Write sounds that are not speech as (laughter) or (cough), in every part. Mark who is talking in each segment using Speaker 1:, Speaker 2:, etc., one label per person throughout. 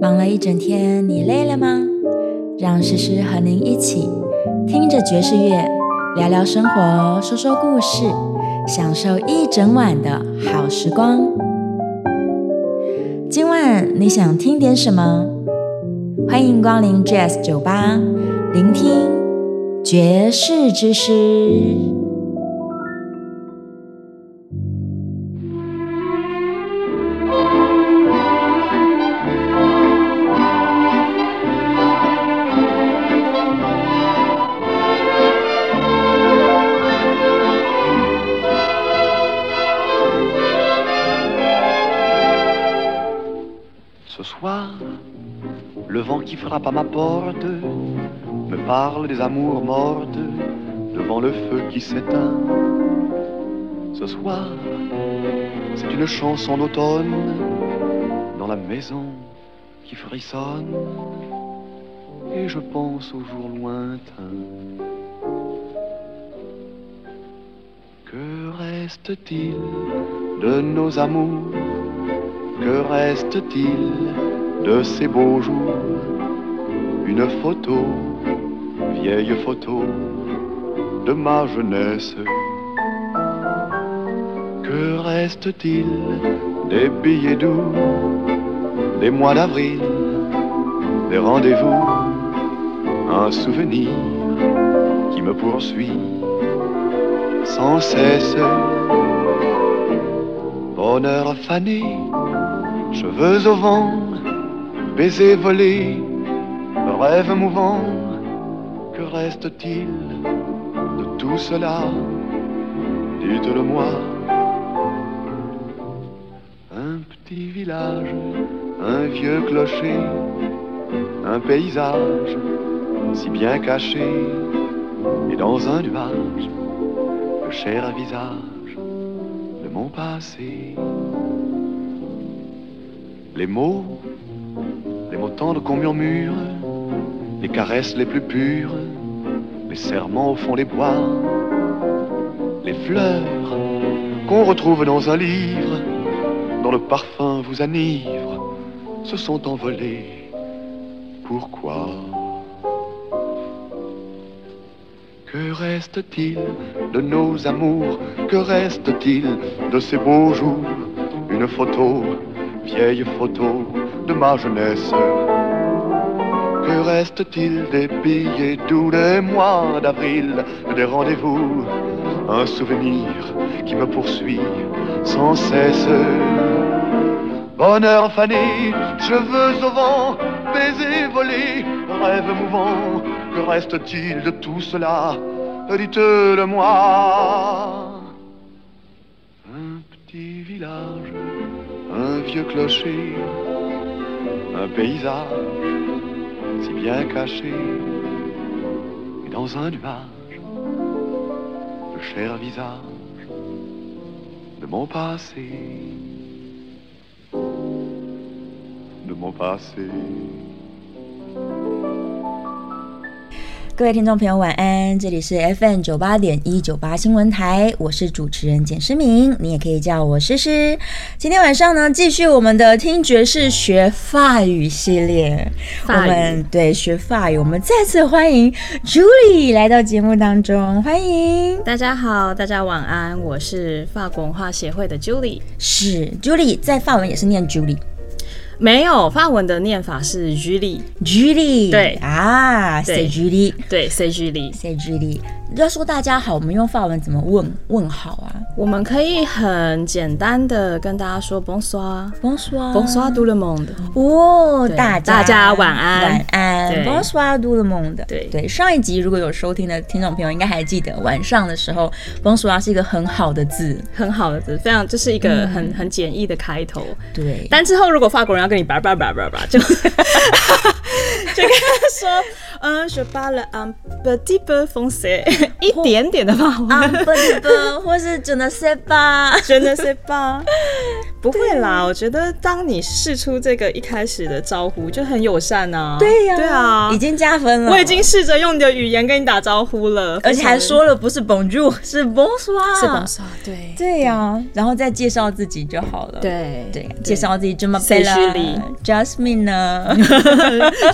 Speaker 1: 忙了一整天，你累了吗？让诗诗和您一起听着爵士乐，聊聊生活，说说故事，享受一整晚的好时光。今晚你想听点什么？欢迎光临 Jazz 酒吧，聆听爵士之诗。
Speaker 2: Le vent qui frappe à ma porte me parle des amours mortes devant le feu qui s'éteint. Ce soir, c'est une chanson d'automne dans la maison qui frissonne et je pense aux jours lointains. Que reste-t-il de nos amours Que reste-t-il de ces beaux jours, une photo, vieille photo de ma jeunesse. Que reste-t-il des billets doux, des mois d'avril, des rendez-vous, un souvenir qui me poursuit sans cesse. Bonheur fané, cheveux au vent, Baiser volé, rêve mouvant, que reste-t-il de tout cela Dites-le-moi. Un petit village, un vieux clocher, un paysage si bien caché, et dans un nuage, le cher visage de mon passé. Les mots les mots tendres qu'on murmure, les caresses les plus pures, les serments au fond des bois, les fleurs qu'on retrouve dans un livre, dont le parfum vous enivre, se sont envolés. Pourquoi Que reste-t-il de nos amours Que reste-t-il de ces beaux jours Une photo, vieille photo, de ma jeunesse. Que reste-t-il des billets doux des mois d'avril, des rendez-vous Un souvenir qui me poursuit sans cesse. Bonheur fané, cheveux au vent, baisers volés, rêve mouvant. Que reste-t-il de tout cela Dites-le moi. Un petit village, un vieux clocher un paysage si bien caché, et dans un nuage, le cher visage de mon passé, de mon passé.
Speaker 1: 各位听众朋友，晚安！这里是 FM 九八点一九八新闻台，我是主持人简诗明，你也可以叫我诗诗。今天晚上呢，继续我们的听爵士学法语系列，我
Speaker 3: 法语
Speaker 1: 们对学法语，我们再次欢迎 Julie 来到节目当中，欢迎。
Speaker 3: 大家好，大家晚安，我是法国文化协会的 Julie。
Speaker 1: 是 Julie 在法文也是念 Julie。
Speaker 3: 没有法文的念法是 Julie，
Speaker 1: Julie，
Speaker 3: 对
Speaker 1: 啊，say
Speaker 3: 对
Speaker 1: Julie，say
Speaker 3: 对，C Julie。
Speaker 1: Julie。要说大家好，我们用法文怎么问问好啊
Speaker 3: 我们可以很简单的跟大家说 Bonsoir。
Speaker 1: ？Bonsoir，Bonsoir
Speaker 3: Bonsoir tout le monde。
Speaker 1: 哦，
Speaker 3: 对
Speaker 1: 大家
Speaker 3: 大家晚安
Speaker 1: 晚安
Speaker 3: 对
Speaker 1: ，Bonsoir d o le monde。
Speaker 3: 对
Speaker 1: 对，上一集如果有收听的听众朋友，应该还记得晚上的时候，Bonsoir 是一个很好的字。
Speaker 3: 很好的，非常，这是一个很、很简易的开头。
Speaker 1: 对，
Speaker 3: (laughs) 但之后如果法国人要跟你叭叭叭叭叭，就就跟他说嗯，je parle un petit peu français，一点点的法
Speaker 1: 啊，
Speaker 3: 文。
Speaker 1: 不不不，或是只能 say 吧。
Speaker 3: 真的是吧？不会啦，我觉得当你试出这个一开始的招呼，就很友善啊。
Speaker 1: 对呀、
Speaker 3: (laughs) 对啊，
Speaker 1: 已经加分了。
Speaker 3: 我已经试着用你的语言跟你打招呼了，
Speaker 1: 而且还说了不是 Bonjour，是 Bonsoir，
Speaker 3: 是本少，对
Speaker 1: 对呀、然后再介绍自己就好了。
Speaker 3: 对
Speaker 1: 对，介绍自己这么
Speaker 3: 谁是你
Speaker 1: Bella，Jasmine 呢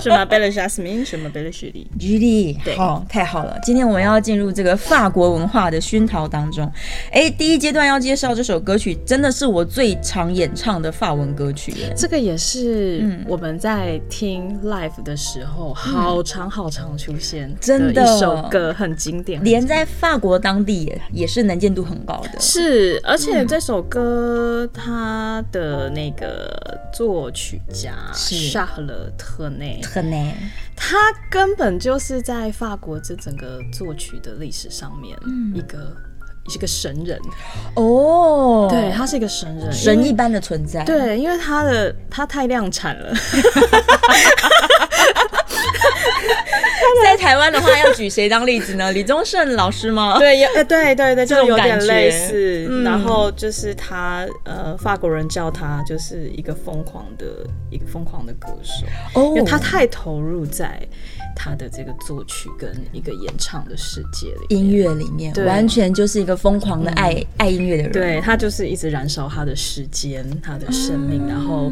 Speaker 3: 什么 Bella Jasmine，什么 Bella 雪莉，
Speaker 1: ？Julie，
Speaker 3: 对
Speaker 1: 好，太好了！今天我们要进入这个法国文化的熏陶当中。哎，第一阶段要介绍这首歌曲，真的是我最常演唱的法文歌曲耶。
Speaker 3: 这个也
Speaker 1: 嗯
Speaker 3: 是我们在听 live 的时候，好长好长出现，
Speaker 1: 真的
Speaker 3: 一首歌很经典，
Speaker 1: 连在法国当地也也是能见度很高的，
Speaker 3: 是，而且这首歌它的那个作曲家
Speaker 1: 是
Speaker 3: 夏勒特内，
Speaker 1: 很难。
Speaker 3: 他根本就是在法国这整个作曲的历史上面一个一个神人，
Speaker 1: 哦，
Speaker 3: 对他是一个神人，因
Speaker 1: 神
Speaker 3: 为
Speaker 1: 一般的存在。，
Speaker 3: 对，因为他的他太量产了，
Speaker 1: 在台湾的话要举谁当例子呢？李宗盛老师吗？
Speaker 3: (laughs) 对，也呃对对对，
Speaker 1: 这
Speaker 3: 就
Speaker 1: 种
Speaker 3: 有点
Speaker 1: 感觉
Speaker 3: 类似。
Speaker 1: 嗯
Speaker 3: 然后就是他呃，法国人叫他就是一个疯狂的一个疯狂的歌手，
Speaker 1: 哦
Speaker 3: 因为他太投入在他的这个作曲跟一个演唱的世界里。
Speaker 1: 音乐里面，
Speaker 3: 对嗯
Speaker 1: 完全就是一个疯狂的爱、爱音乐的人。，
Speaker 3: 对他就是一直燃烧他的时间、他的生命，然后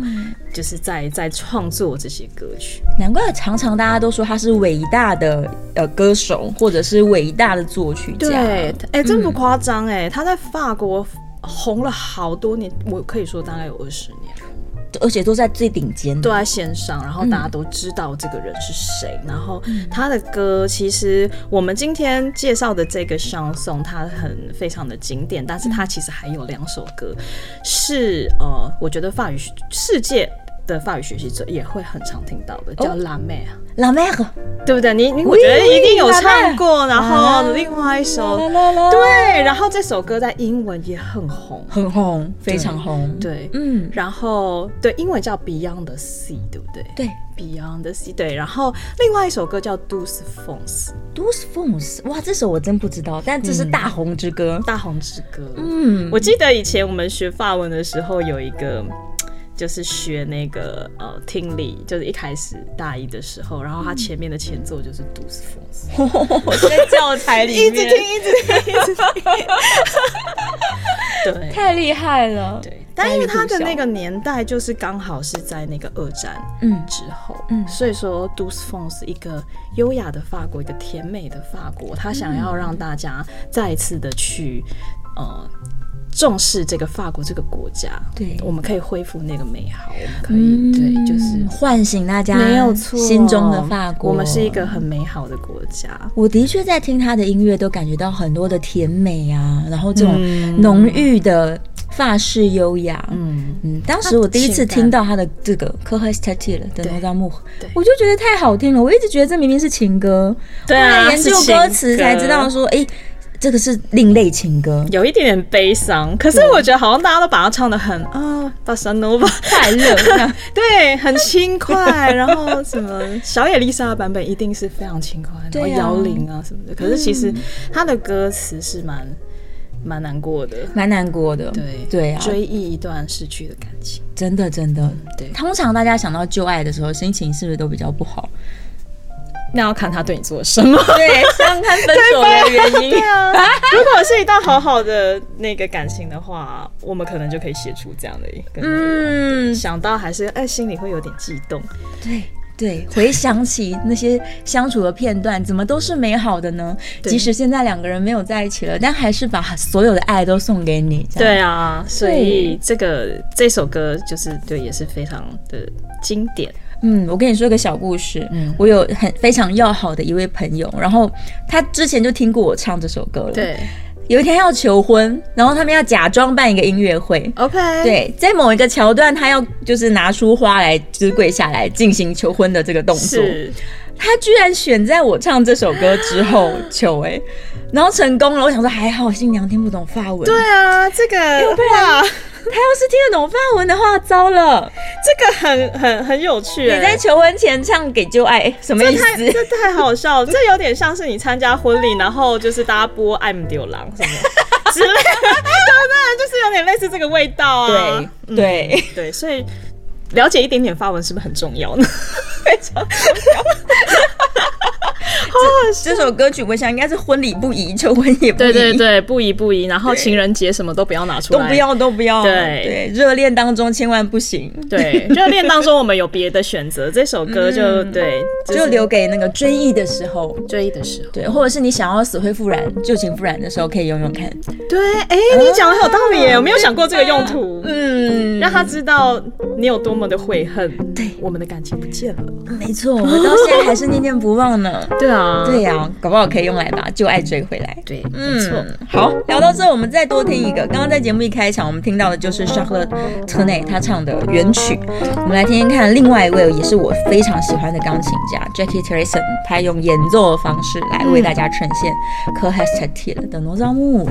Speaker 3: 就是在在创作这些歌曲。
Speaker 1: 难怪常常大家都说他是伟大的呃歌手，或者是伟大的作曲家。
Speaker 3: 对，哎、真不夸张哎，他在法国红了好多年，我可以说大概有二十年。
Speaker 1: 而且都在最顶尖
Speaker 3: 都
Speaker 1: 的。
Speaker 3: 在线上，然后大家都知道这个人是谁。然后他的歌，其实我们今天介绍的这个《相送》，它很非常的经典，但是它其实还有两首歌是呃，我觉得法语学世界。的法语学习者也会很常听到的，叫辣妹啊，
Speaker 1: La Mer，
Speaker 3: 对不对？你你我
Speaker 1: Oui，
Speaker 3: 觉得一定
Speaker 1: oui，
Speaker 3: 有
Speaker 1: 辣妹
Speaker 3: 唱过，然
Speaker 1: 啦
Speaker 3: 后
Speaker 1: 啦
Speaker 3: 另外一首哦
Speaker 1: 啦啦啦
Speaker 3: 嗯对，然后这首歌在英文也很红，
Speaker 1: 很红，非常红。，
Speaker 3: 对，
Speaker 1: 嗯，
Speaker 3: 然后对，英文叫 Beyond the Sea，对不对？
Speaker 1: 对
Speaker 3: Beyond the Sea，对，然后另外一首歌叫 Douce France，
Speaker 1: d o s e Phones，哇，这首我真不知道，但这是大红之歌。
Speaker 3: 大红之歌。
Speaker 1: 嗯，
Speaker 3: 我记得以前我们学法文的时候有一个。就是学那个呃听力，就是一开始大一的时候，然后它前面的前奏就是 douce
Speaker 1: (laughs)
Speaker 3: France，、
Speaker 1: 我在教材里面
Speaker 3: (laughs) 一直听，一直听，一直
Speaker 1: (laughs)
Speaker 3: 听。对，
Speaker 1: 太厉害了。
Speaker 3: 对，但因为他的那
Speaker 1: 个，
Speaker 3: 个年代就是刚好是在那个二战
Speaker 1: 嗯
Speaker 3: 之后，
Speaker 1: 嗯
Speaker 3: 所以说 d u s f o n 是一个优雅的法国，一个甜美的法国，他想
Speaker 1: 嗯
Speaker 3: 要让大家再一次的去呃重视这个法国这个国家，
Speaker 1: 对
Speaker 3: 我们可以恢复那个美好，我们可以、对，就是
Speaker 1: 嗯唤醒大家
Speaker 3: 没有错，
Speaker 1: 心中的法国。
Speaker 3: 我们是一个很美好的国家，
Speaker 1: 我的确在听他的音乐，都感觉到很多的甜美啊，然后这种
Speaker 3: 嗯
Speaker 1: 浓郁的法式优雅。嗯
Speaker 3: 嗯。
Speaker 1: 当时我第一次
Speaker 3: 情感
Speaker 1: 听到他的这个《科黑斯特蒂的《
Speaker 3: 对
Speaker 1: 诺扎木》，
Speaker 3: 对
Speaker 1: 我就觉得太好听了。我一直觉得这明明是情歌，
Speaker 3: 对啊
Speaker 1: 后来研究
Speaker 3: 是情
Speaker 1: 歌词才知道
Speaker 3: 歌
Speaker 1: 说，哎、这个是另类情歌，
Speaker 3: 有一点点悲伤，可是我觉得好像大家都把它唱的很啊巴 a 诺 s
Speaker 1: 快乐。
Speaker 3: 对，很轻快，然后什么小野丽莎的版本一定是非常轻快，然后
Speaker 1: 对啊
Speaker 3: 摇铃啊什么的。可是其实她的歌词是蛮蛮难过的，
Speaker 1: (laughs) 蛮难过的，
Speaker 3: 对
Speaker 1: 对啊，
Speaker 3: 追忆一段逝去的感情。
Speaker 1: 真的真的。
Speaker 3: 对
Speaker 1: 通常大家想到旧爱的时候，心情是不是都比较不好？
Speaker 3: 那要看他对你做了什
Speaker 1: (laughs)
Speaker 3: 么。
Speaker 1: 对，想看分手的原因
Speaker 3: (laughs) 对啊，如果是一段好好的那个感情的话，我们可能就可以写出这样的一个内容。
Speaker 1: 嗯，
Speaker 3: 想到还是哎、心里会有点悸动。
Speaker 1: 对对，回想起那些相处的片段，怎么都是美好的呢？
Speaker 3: 对
Speaker 1: 即使现在两个人没有在一起了，但还是把所有的爱都送给你。这样
Speaker 3: 对啊，所以这个这首歌就是对，也是非常的经典。
Speaker 1: 嗯，我跟你说个小故事。
Speaker 3: 嗯
Speaker 1: 我有很非常要好的一位朋友，然后他之前就听过我唱这首歌了。，
Speaker 3: 对
Speaker 1: 有一天要求婚，然后他们要假装办一个音乐会。
Speaker 3: ，OK，
Speaker 1: 对，在某一个桥段，他要就是拿出花来，就是跪下来进行求婚的这个动作。
Speaker 3: 是，
Speaker 1: 他居然选在我唱这首歌之后 (laughs) 求哎、然后成功了。我想说还好新娘听不懂法文，
Speaker 3: 对啊，这个哇，
Speaker 1: 要是听得懂法文的话，糟了！
Speaker 3: 这个很很很有趣、
Speaker 1: 你
Speaker 3: 欸。
Speaker 1: 在求婚前唱给旧爱，什么
Speaker 3: 这
Speaker 1: 意
Speaker 3: 太
Speaker 1: 思？
Speaker 3: 这太好笑了，这有点像是你参加婚礼，然后就是大家播《爱姆丢狼》什么之类的， (laughs) 对对，就是有点类似这个味道啊。
Speaker 1: 对对，
Speaker 3: 对，所以了解一点点发文是不是很重要呢？非常
Speaker 1: 这首歌曲我想应该是婚礼不宜，求婚也不宜，
Speaker 3: 对对 (laughs) 对，不宜不宜，然后
Speaker 1: 对
Speaker 3: 情人节什么都不要拿出
Speaker 1: 都
Speaker 3: 来，
Speaker 1: 不。要都不要。
Speaker 3: 对
Speaker 1: 对，热恋当中千万不行，
Speaker 3: 对，热恋当中我们有别的选择，这首歌就、
Speaker 1: 嗯
Speaker 3: 对，
Speaker 1: 就留给那个追忆的时候。
Speaker 3: 追忆的时候。
Speaker 1: 对，或者是你想要死灰复燃、旧情复燃的时候，可以用用看。
Speaker 3: 对，哎、你讲的很有道理耶，
Speaker 1: 啊
Speaker 3: 我没有想过这个用途。
Speaker 1: 嗯，
Speaker 3: 让他知道你有多么的悔恨，对我们的感情不见了。
Speaker 1: 没错，我们到现在还是念念不忘呢。
Speaker 3: 对啊
Speaker 1: 对呀、搞不好可以用来把旧爱追回来。
Speaker 3: 对，
Speaker 1: 嗯，
Speaker 3: 没错。
Speaker 1: 好，聊到这，我们再多听一个。刚刚在节目一开场，我们听到的就是 Charlotte t o n e y 她唱的原曲。我们来听听看，另外一位也是我非常喜欢的钢琴家 Jackie t e r r s o n 他用演奏的方式来为大家呈现 k o h e s t t i l 的《农庄木》。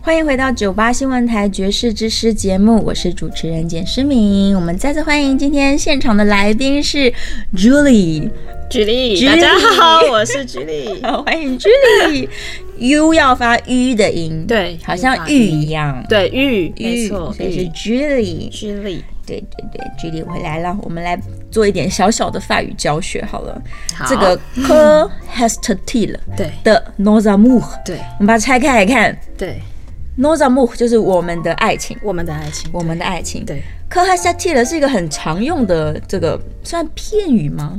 Speaker 1: 欢迎回到九八新闻台《爵士之师》节目，我是主持人简诗敏。我们再次欢迎今天现场的来宾是 Julie，
Speaker 3: 举例，
Speaker 1: 举
Speaker 3: 大
Speaker 1: 例
Speaker 3: 家好，我是举
Speaker 1: (laughs)
Speaker 3: 例。
Speaker 1: 好欢迎 Julie，U 要发 U 的音，
Speaker 3: 对
Speaker 1: 好像玉一样，
Speaker 3: 对，玉，没
Speaker 1: 玉，
Speaker 3: 错，
Speaker 1: 所以是
Speaker 3: 玉，
Speaker 1: Julie，
Speaker 3: 举例。
Speaker 1: 对对对，Julie 回来了，我们来做一点小小的法语教学好了。
Speaker 3: 好
Speaker 1: 这个 K Hestetil
Speaker 3: 对
Speaker 1: 的 Nozamuk，
Speaker 3: 对
Speaker 1: 我们把它拆开来看
Speaker 3: 对，
Speaker 1: ，Nozamuk 就是我们的爱情。
Speaker 3: 我们的爱情，
Speaker 1: 我们的爱情，
Speaker 3: 对
Speaker 1: 科哈夏蒂了是一个很常用的这个算片语吗？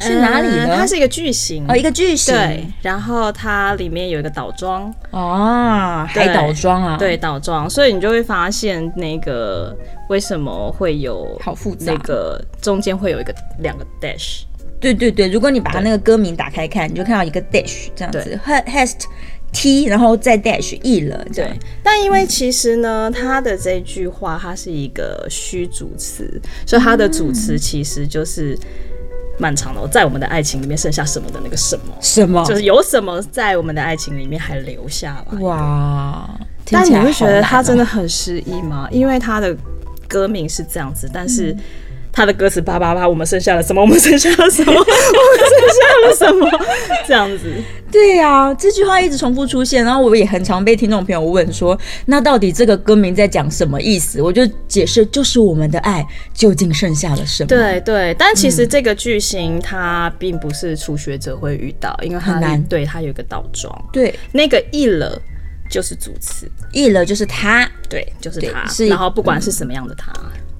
Speaker 1: 是哪里呢
Speaker 3: 嗯它是一个巨型
Speaker 1: 哦，一个巨型，
Speaker 3: 对，然后它里面有一个岛庄，
Speaker 1: 哦，
Speaker 3: 对
Speaker 1: 海岛庄啊，
Speaker 3: 对，岛庄，所以你就会发现那个为什么会有
Speaker 1: 好复杂
Speaker 3: 那个中间会有一个两个 dash，
Speaker 1: 对对对，如果你把它那个歌名打开看，你就看到一个 dash 这样子
Speaker 3: 对
Speaker 1: ，hast t，然后再 dash e 了，这样
Speaker 3: 对，但因为其实呢，它的这句话它是一个虚主词，所以它的主词其实就是漫长的，在我们的爱情里面剩下什么的那个什么，
Speaker 1: 什么？
Speaker 3: 就是有什么在我们的爱情里面还留下来。
Speaker 1: 哇，
Speaker 3: 但
Speaker 1: 听
Speaker 3: 你
Speaker 1: 起来
Speaker 3: 会觉
Speaker 1: 好
Speaker 3: 得
Speaker 1: 难
Speaker 3: 他
Speaker 1: 哦
Speaker 3: 真的很失意吗？因为他的歌名是这样子，但是他的歌词叭叭叭，我们剩下了什么？我们剩下了什 (laughs) 么？我们剩下了什么？这样子，
Speaker 1: 对啊，这句话一直重复出现，然后我也很常被听众朋友问说，那到底这个歌名在讲什么意思？我就解释，就是我们的爱究竟剩下了什么？，
Speaker 3: 对对，但其实这个巨星他并不是初学者会遇到，因为他
Speaker 1: 很难
Speaker 3: 对他有一个倒装，
Speaker 1: 对，
Speaker 3: 那个一了就是主词，
Speaker 1: 意了就是他，
Speaker 3: 对，就是
Speaker 1: 对
Speaker 3: 他。
Speaker 1: 是一
Speaker 3: 然后不管是什么样的他，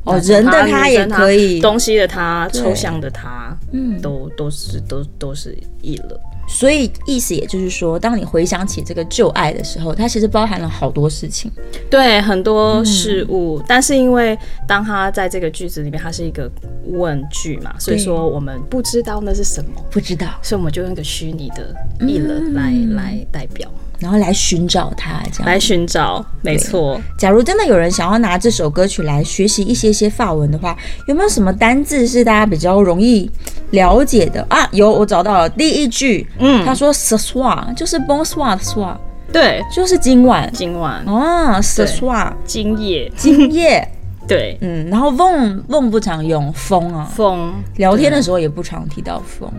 Speaker 1: 哦
Speaker 3: 男生
Speaker 1: 人的
Speaker 3: 他
Speaker 1: 他
Speaker 3: 女
Speaker 1: 也
Speaker 3: 生
Speaker 1: 可以
Speaker 3: 东西的他，
Speaker 1: 对
Speaker 3: 抽象的他，
Speaker 1: 嗯
Speaker 3: 都都是都都是一了。
Speaker 1: 所以意思也就是说，当你回想起这个旧爱的时候，它其实包含了好多事情。
Speaker 3: 对很多事
Speaker 1: 嗯
Speaker 3: 物，但是因为当他在这个句子里面，它是一个问句嘛，所以
Speaker 1: 对
Speaker 3: 说我们不知道那是什么，
Speaker 1: 不知道，
Speaker 3: 所以我们就用一个虚拟的“一了”
Speaker 1: 嗯
Speaker 3: 来来代表，
Speaker 1: 然后来寻找它，这样
Speaker 3: 来寻找。没错，
Speaker 1: 假如真的有人想要拿这首歌曲来学习一些些法文的话，有没有什么单字是大家比较容易了解的啊？有，我找到了第一句，
Speaker 3: 嗯
Speaker 1: 他说 “ce soir” 就是 “bon soir” 的 soir，
Speaker 3: 对，
Speaker 1: 就是今晚
Speaker 3: 今晚、
Speaker 1: 哦，ce
Speaker 3: 对
Speaker 1: soir
Speaker 3: 今夜，
Speaker 1: 今夜，
Speaker 3: 对，
Speaker 1: 嗯，然后 von von 不常用风啊，
Speaker 3: 风
Speaker 1: 聊天的时候也不常提到风，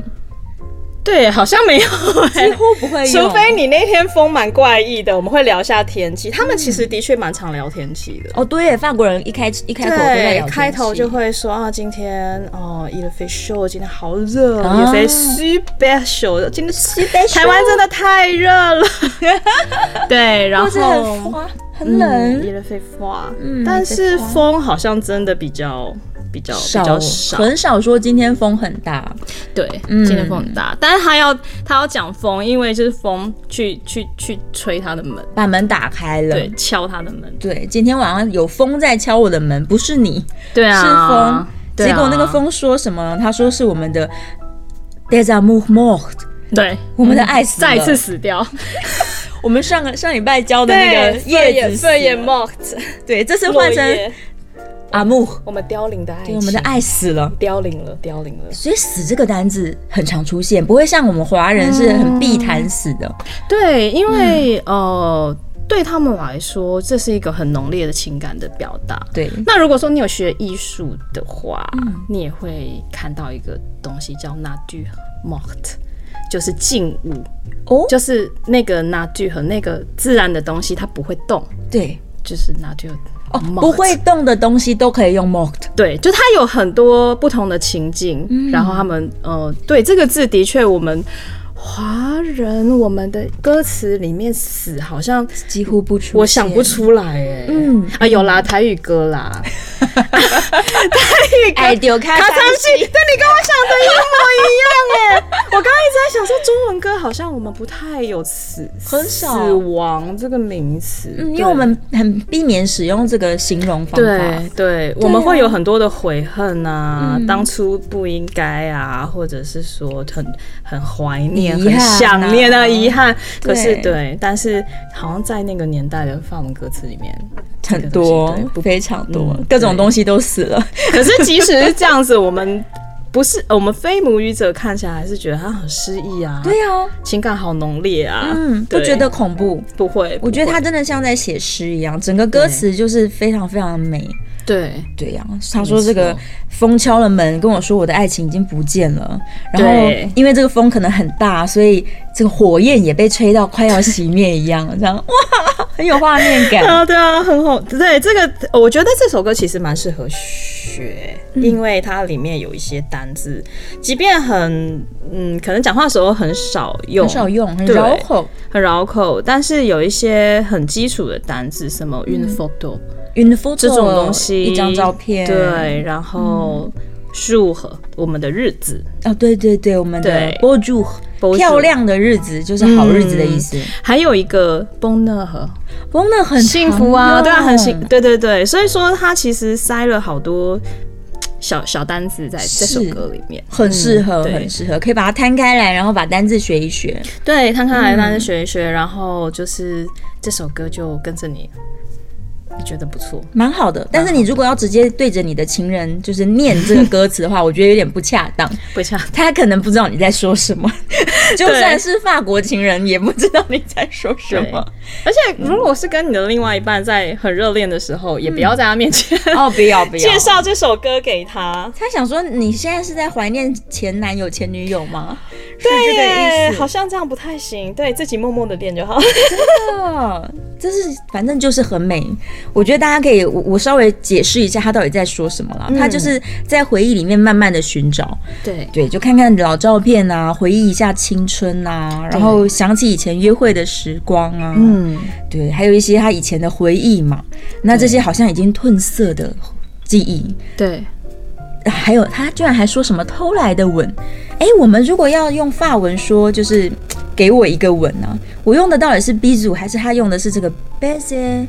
Speaker 3: 对，好像没有、
Speaker 1: 几
Speaker 3: 欸，
Speaker 1: 乎不会用，
Speaker 3: 除非你那天风蛮怪异的，我们会聊一下天气。他们其实的确蛮常聊天气的。
Speaker 1: 哦，对，法国人一开一开口都在聊天
Speaker 3: 开头
Speaker 1: 气
Speaker 3: 就会说啊，今天哦，il fait chaud，今天好热
Speaker 1: 啊
Speaker 3: 哦，il fait super chaud，今天
Speaker 1: super chaud
Speaker 3: 台湾真的太热
Speaker 1: (laughs)
Speaker 3: 了。对，然
Speaker 1: 或者很
Speaker 3: 后
Speaker 1: 花很冷。
Speaker 3: ，il fait froid，
Speaker 1: 嗯
Speaker 3: 啊但
Speaker 1: il fait
Speaker 3: 是
Speaker 1: froid
Speaker 3: 风好像真的比较比较比较少，
Speaker 1: 很少说今天风很大。
Speaker 3: 对，
Speaker 1: 嗯
Speaker 3: 今天风很大，但是他要他要讲风，因为就是风去去去吹他的门，
Speaker 1: 把门打开了。
Speaker 3: 对，敲他的门，
Speaker 1: 对今天晚上有风在敲我的门，不是你，
Speaker 3: 对啊，
Speaker 1: 是风。
Speaker 3: 对啊
Speaker 1: 结果那个，风说什么呢？他说是我们的 des amours morts，
Speaker 3: 对，嗯
Speaker 1: 我们的爱死了
Speaker 3: 再一次死掉，
Speaker 1: 我们上个上礼拜教的那个叶子死了
Speaker 3: 色眼 mocked， (laughs)
Speaker 1: 对，这次换成阿木，
Speaker 3: 我们凋零的爱情，
Speaker 1: 对，我们的爱死了。
Speaker 3: 凋零了，凋零了。
Speaker 1: 所以“死”这个单字很常出现，不会像我们华人是很避
Speaker 3: 嗯
Speaker 1: 谈死的。
Speaker 3: 对，因为、呃，对他们来说，这是一个很浓烈的情感的表达。
Speaker 1: 对，
Speaker 3: 那如果说你有学艺术的话，你也会看到一个东西叫 n a d u mort，就是静物，
Speaker 1: 哦，
Speaker 3: 就是那个 n a d u 和那个自然的东西，它不会动，
Speaker 1: 对，
Speaker 3: 就是 n a d u
Speaker 1: 哦，不会动的东西都可以用 mocked。
Speaker 3: 对，就它有很多不同的情境，
Speaker 1: 嗯
Speaker 3: 然后他们呃，对这个字的确我们。华人，我们的歌词里面“死”好像
Speaker 1: 几乎不出
Speaker 3: 我想不
Speaker 1: 现
Speaker 3: 出来哎、
Speaker 1: 嗯
Speaker 3: 嗯啊，有啦，台语歌啦，
Speaker 1: 哎，丢开
Speaker 3: 卡上去，对你跟我想的一模一样哎、 (laughs) 我刚刚一直在想说，中文歌好像我们不太有死
Speaker 1: 很少
Speaker 3: 死亡这个名词，
Speaker 1: 嗯，因为
Speaker 3: 对
Speaker 1: 我们很避免使用这个形容方法啊
Speaker 3: 对。对，我们会有很多的悔恨啊，
Speaker 1: 嗯
Speaker 3: 当初不应该啊，或者是说很很怀念、
Speaker 1: 遗憾
Speaker 3: 很
Speaker 1: 啊
Speaker 3: 想念啊，遗憾。
Speaker 1: 对
Speaker 3: 可是对，但是好像在那个年代的法文歌词里面，
Speaker 1: 很多
Speaker 3: 这个东西对，不
Speaker 1: 非常多
Speaker 3: 嗯，
Speaker 1: 各种东西都死了。
Speaker 3: 可是即使是这样子，我们不是 (laughs) 我们非母语者看起来还是觉得他很失意啊，
Speaker 1: 对啊，
Speaker 3: 情感好浓烈啊，
Speaker 1: 嗯，不
Speaker 3: 对
Speaker 1: 觉得恐怖。
Speaker 3: 不会，
Speaker 1: 我觉得
Speaker 3: 不会
Speaker 1: 他真的像在写诗一样，整个歌词就是非常非常美。
Speaker 3: 对。
Speaker 1: 对呀、他说这个
Speaker 3: 没错
Speaker 1: 风敲了门，跟我说我的爱情已经不见了。然
Speaker 3: 对
Speaker 1: 后因为这个风可能很大，所以这个火焰也被吹到快要熄灭一样，这样哇，很有画面感。
Speaker 3: (laughs) 啊，对啊，很好。对这个，我觉得这首歌其实蛮适合学，
Speaker 1: 嗯
Speaker 3: 因为它里面有一些单字，即便很嗯，可能讲话的时候很少用，
Speaker 1: 很少用，很
Speaker 3: 对
Speaker 1: 绕口。
Speaker 3: 很绕口，但是有一些很基础的单字，什
Speaker 1: 嗯
Speaker 3: 么 u n i photo、
Speaker 1: 云的 photo
Speaker 3: 这种东西，
Speaker 1: 一张照片，
Speaker 3: 对，然后树和我们的日子，
Speaker 1: 哦，对对对，我们的
Speaker 3: 对
Speaker 1: b o j u
Speaker 3: 波
Speaker 1: 漂亮的日子就是好日子的意思。
Speaker 3: 还有一个 bonheur 和
Speaker 1: 哇，那很
Speaker 3: 幸福啊，
Speaker 1: 长
Speaker 3: 对啊，很幸
Speaker 1: 哦，
Speaker 3: 对对对，所以说他其实塞了好多小小单字在这首
Speaker 1: 是
Speaker 3: 歌里面，
Speaker 1: 很适合，
Speaker 3: 嗯对
Speaker 1: 很适合，可以把它摊开来，然后把单字学一学。
Speaker 3: 对，摊开来大家学一学，然后就是这首歌就跟着你，你觉得不错。
Speaker 1: 蛮好的，但是你如果要直接对着你的情人就是念这个歌词的
Speaker 3: (laughs)
Speaker 1: 话，我觉得有点不恰当，
Speaker 3: 不像
Speaker 1: 他可能不知道你在说什么，就算是法国情人也不知道你在说什么。
Speaker 3: (laughs) 而且如果是跟你的另外一半在很热恋的时候，也不要在他面前、
Speaker 1: (laughs)
Speaker 3: (laughs)
Speaker 1: 哦，不要不要，
Speaker 3: 介绍这首歌给他。
Speaker 1: 他想说你现在是在怀念前男友前女友吗？
Speaker 3: 对
Speaker 1: 是这
Speaker 3: 耶
Speaker 1: 个意，思
Speaker 3: (laughs) 好像这样不太行，对自己默默的练就好。
Speaker 1: 哦，这是反正就是很美。我觉得大家可以，我我稍微解释一下他到底在说什么了。他就是在回忆里面慢慢的寻找，
Speaker 3: (laughs) 对
Speaker 1: 对，就看看老照片啊，回忆一下青春啊，然后想起以前约会的时光啊，嗯，对，还有一些他以前的回忆嘛。那这些好像已经褪色的记忆，
Speaker 3: 对，
Speaker 1: 啊还有他居然还说什么偷来的吻，哎，我们如果要用法文说，就是嘖给我一个吻呢、我用的到底是 b i z u 还是他用的是这个 b e s e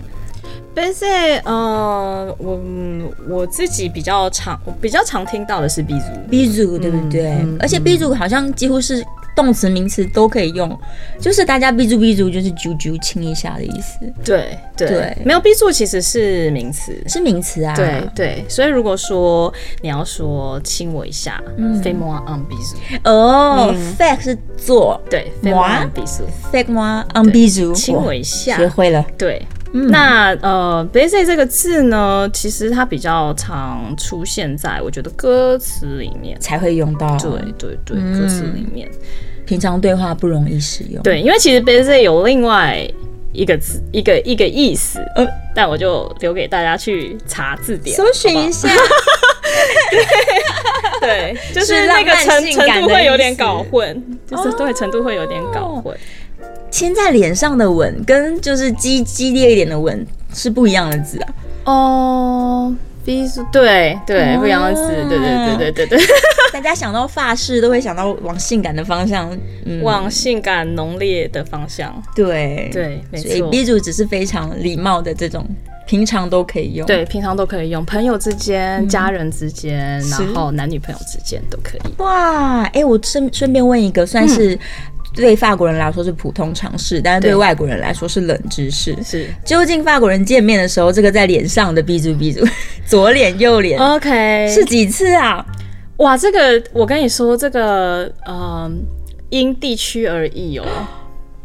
Speaker 3: b 是呃，我嗯我自己比较常我比较常听到的是 b 族，
Speaker 1: b i z u 对不对？
Speaker 3: 嗯
Speaker 1: 而且 b i z u 好像几乎是动词、名词都可以用，就是大家 b i z u b i z u 就是啾啾亲一下的意思，
Speaker 3: 对对
Speaker 1: 对
Speaker 3: 没有 b 族其实是名词。
Speaker 1: 是名词啊。
Speaker 3: 对对，所以如果说你要说亲我一下，
Speaker 1: 嗯
Speaker 3: 飞啊嗯摩昂比族，
Speaker 1: 哦、f
Speaker 3: 嗯
Speaker 1: a c t 是做
Speaker 3: 对，飞摩昂比族，
Speaker 1: ，fake 吗？on b i z u
Speaker 3: 亲我一下，
Speaker 1: 学会嗯了。
Speaker 3: 对，那呃 b a s i c 这个字呢，其实它比较常出现在我觉得歌词里面。
Speaker 1: 才会用到，
Speaker 3: 对对对，
Speaker 1: 嗯
Speaker 3: 歌词里面，
Speaker 1: 平常对话不容易使用。，
Speaker 3: 对，因为其实 b a s i c 有另外一个字，一个一个意思，
Speaker 1: 呃
Speaker 3: 但我就留给大家去查字典，
Speaker 1: 搜寻一下。
Speaker 3: 好不好 (laughs) 对，就是是那
Speaker 1: 浪
Speaker 3: 个
Speaker 1: 漫
Speaker 3: 程
Speaker 1: 性
Speaker 3: 程
Speaker 1: 感
Speaker 3: 度
Speaker 1: 的
Speaker 3: 会有
Speaker 1: 意
Speaker 3: 点
Speaker 1: 思
Speaker 3: 搞混，哦就是对程度会有点搞混，
Speaker 1: 亲在脸上的吻跟就是激激烈一点的吻是不一样的字啊。
Speaker 3: 哦。b 对对，不一样的字，对对对对对对。
Speaker 1: (laughs) 大家想到发饰都会想到往性感的方向，嗯，
Speaker 3: (laughs) 往性感浓烈的方向。
Speaker 1: 对，
Speaker 3: 对，没
Speaker 1: 所以
Speaker 3: 错。
Speaker 1: B 组只是非常礼貌的这种，平常都可以用。，
Speaker 3: 对，平常都可以用，朋友之间、家人之间，然后男女朋友之间都可以。
Speaker 1: 哇，哎、我顺顺便问一个，算是对法国人来说是普通常识，但是嗯对
Speaker 3: 对
Speaker 1: 外国人来说是冷知识。
Speaker 3: 是
Speaker 1: 究竟法国人见面的时候，这个在脸上的 B 组 B 组， (laughs) 左脸右脸、
Speaker 3: OK，
Speaker 1: 是几次啊？
Speaker 3: 嗯哇，这个我跟你说，这个嗯，因地区而异哦，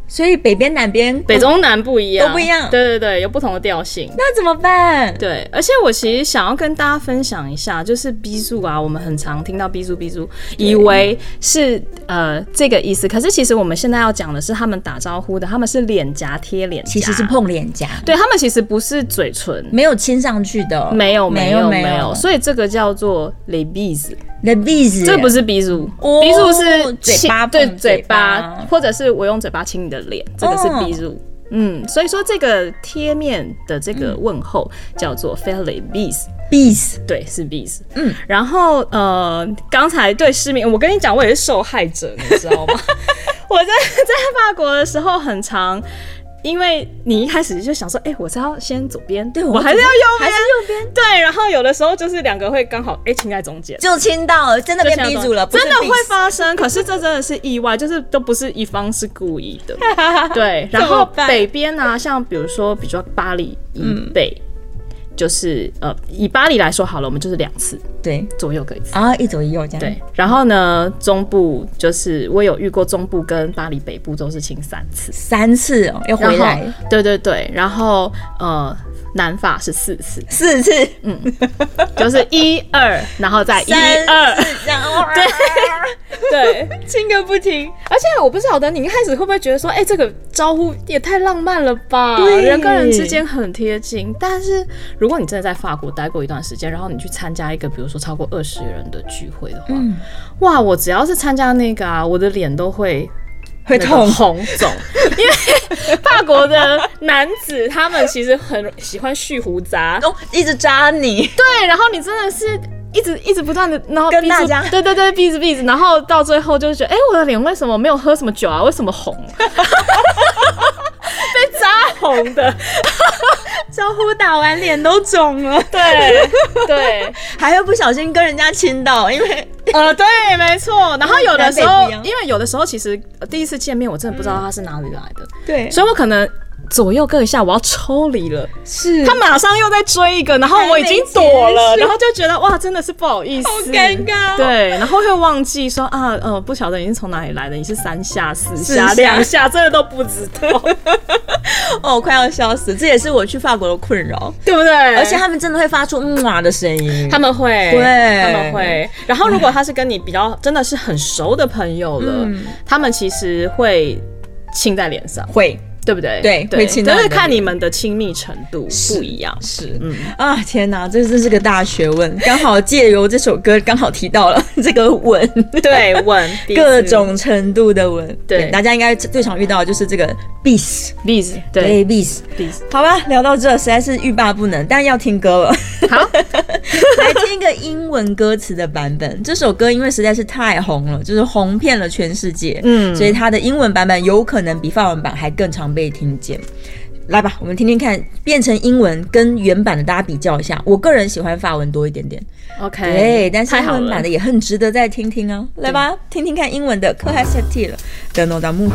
Speaker 1: 所以北边南边
Speaker 3: 北中南不一样，
Speaker 1: 都不一样
Speaker 3: 对对对，有不同的调性。
Speaker 1: 那怎么办？
Speaker 3: 对，而且我其实想要跟大家分享一下，就是 B 柱啊，我们很常听到 B 柱 B 柱，以为是呃这个意思，可是其实我们现在要讲的是他们打招呼的，他们是脸颊贴脸颊，
Speaker 1: 其实是碰脸颊，
Speaker 3: 对他们其实不是嘴唇，
Speaker 1: 没有亲上去的，
Speaker 3: 没有没有
Speaker 1: 没
Speaker 3: 没有，所以这个叫做 l e b i s
Speaker 1: The bees，
Speaker 3: 这不是 b i s u
Speaker 1: 哦
Speaker 3: b i s u 是
Speaker 1: 嘴
Speaker 3: 亲
Speaker 1: 巴
Speaker 3: 对
Speaker 1: 碰嘴
Speaker 3: 嘴
Speaker 1: 巴
Speaker 3: 巴，或者是我用嘴巴亲你的脸，这个是
Speaker 1: 哦
Speaker 3: b i s u 嗯，所以说这个贴面的这个问候叫做 f a i r l y b i s
Speaker 1: bees，
Speaker 3: 对，是 bees。
Speaker 1: 嗯
Speaker 3: 嗯，然后呃，刚才对失明，我跟你讲，我也是受害者， (laughs) 你知道吗？我在在法国的时候很长，因为你一开始就想说，哎、我是要先左边，
Speaker 1: 对我
Speaker 3: 我还是要啊
Speaker 1: 左
Speaker 3: 右
Speaker 1: 还是，
Speaker 3: 边
Speaker 1: 右边
Speaker 3: 对。然后有的时候就是两个会刚好哎停在中间。
Speaker 1: 就亲到了，真的
Speaker 3: 就
Speaker 1: 变
Speaker 3: 像
Speaker 1: B 组了，不是
Speaker 3: 真的
Speaker 1: bees
Speaker 3: 会发生。可是这真的是意外，就是都不是一方是故意 (laughs) 的。对，然
Speaker 1: 怎么
Speaker 3: 后
Speaker 1: 办
Speaker 3: 北边啊，像比如说，比如说巴黎以北，就是呃，以巴黎来说好了，我们就是两次
Speaker 1: 对，
Speaker 3: 左右各一次。
Speaker 1: 然后一左一右这样，
Speaker 3: 对，，然后呢，中部就是我有遇过中部跟巴黎北部都是亲三次，
Speaker 1: 三次哦，又
Speaker 3: 然
Speaker 1: 回
Speaker 3: 后
Speaker 1: 来
Speaker 3: 对对对，然后呃，南法是四次，
Speaker 1: 四次，
Speaker 3: 就是一二，然后嗯再一
Speaker 1: 三
Speaker 3: (laughs) 二，
Speaker 1: 次这样， (laughs) 对，
Speaker 3: 对。
Speaker 1: 亲个不停，
Speaker 3: 而且我不晓得你一开始会不会觉得说，哎、这个招呼也太浪漫了吧？
Speaker 1: 对
Speaker 3: 人跟人之间很贴近。但是如果你真的在法国待过一段时间，然后你去参加一个比如说超过二十人的聚会的话，
Speaker 1: 嗯
Speaker 3: 哇，我只要是参加那个啊，我的脸都会
Speaker 1: 会
Speaker 3: 那个
Speaker 1: 痛，
Speaker 3: 红 (laughs) 肿，因为法国的男子他们其实很喜欢蓄胡渣，
Speaker 1: 哦，一直扎你，
Speaker 3: (laughs) 对，然后你真的是。一直一直不断的，然后
Speaker 1: 跟
Speaker 3: 逼着
Speaker 1: 大家
Speaker 3: 对对对，逼着逼着，然后到最后就是觉得，哎、我的脸为什么没有喝什么酒啊？为什么红？被扎红 (laughs) 的，
Speaker 1: 招呼打完脸都肿 (laughs) 了，
Speaker 3: 对对，
Speaker 1: 还会不小心跟人家亲到，因为
Speaker 3: 呃，对，没 (laughs) 错。然后有的时
Speaker 1: 南北
Speaker 3: 候
Speaker 1: 不一，样
Speaker 3: 因为有的时候其实呃第一次见面，我真的不知道他是哪里来的，
Speaker 1: 对
Speaker 3: 所以我可能左右各一下，我要抽离了。
Speaker 1: 是哎
Speaker 3: 他马上又在追一个，然后我已经躲
Speaker 1: 还没
Speaker 3: 了，
Speaker 1: 结束
Speaker 3: 然后就觉得哇，真的是不好意思，
Speaker 1: 好尴尬哦
Speaker 3: 对，然后会忘记说啊，呃，不晓得你是从哪里来的，你是三下、四
Speaker 1: 四
Speaker 3: 下、
Speaker 1: 下
Speaker 3: 两下，真的都不知
Speaker 1: (laughs)
Speaker 3: 道，
Speaker 1: 哦，快要笑死，这也是我去法国的困扰，
Speaker 3: 对不对？
Speaker 1: 而且他们真的会发出嗯哇的声音，
Speaker 3: 他们会，
Speaker 1: 对
Speaker 3: 他们会。然后如果他是跟你比较真的是很熟的朋友了，
Speaker 1: 嗯
Speaker 3: 他们其实会亲在脸上，
Speaker 1: 会
Speaker 3: 对不对？
Speaker 1: 对会亲到
Speaker 3: 就是
Speaker 1: 你的
Speaker 3: 看你们的亲密程度不一样。
Speaker 1: 是，嗯啊，天哪，这真是个大学问，刚好借由这首歌刚好提到了这个吻，
Speaker 3: 对，
Speaker 1: (laughs)
Speaker 3: 吻 (laughs) 第一次
Speaker 1: 各种程度的吻，
Speaker 3: 对
Speaker 1: 大家应该最常遇到的就是这个 bis，
Speaker 3: 例子，对
Speaker 1: bis。
Speaker 3: 例子。
Speaker 1: 好吧，聊到这实在是欲罢不能，但要听歌了。
Speaker 3: 好，
Speaker 1: (laughs) 来听一个英文歌词的版本。这首歌因为实在是太红了，就是红遍了全世界，
Speaker 3: 嗯
Speaker 1: 所以它的英文版本有可能比法文版还更常被听见。来吧，我们听听看，变成英文跟原版的大家比较一下。我个人喜欢法文多一点点，
Speaker 3: OK，
Speaker 1: 对，但是
Speaker 3: 太
Speaker 1: 英
Speaker 3: 好
Speaker 1: 文
Speaker 3: 了
Speaker 1: 版的。也很值得再听听啊。来吧，听听看英文的《科海塞蒂》了，的《No d a m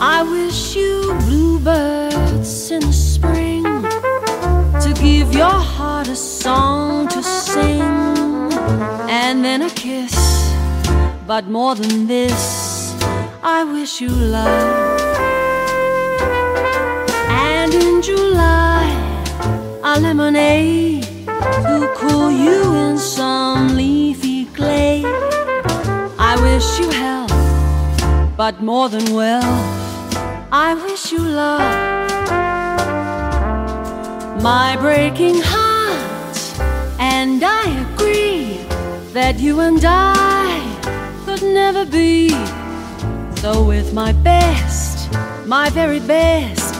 Speaker 4: I wish you bluebirds in the spring to give your heart a song to sing and then a kiss. But more than this, I wish you love. And in July, a lemonade to cool you in some leafy glade. I wish you health but more than well. I wish you love. My breaking heart, and I agree that you and I could never be. So, with my best, my very best,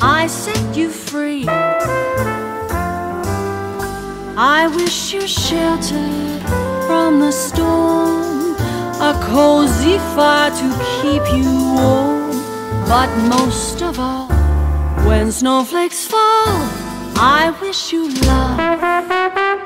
Speaker 4: I set you free. I wish you sheltered from the storm, a cozy fire to keep you warm. But most of all, when snowflakes fall, I wish you love.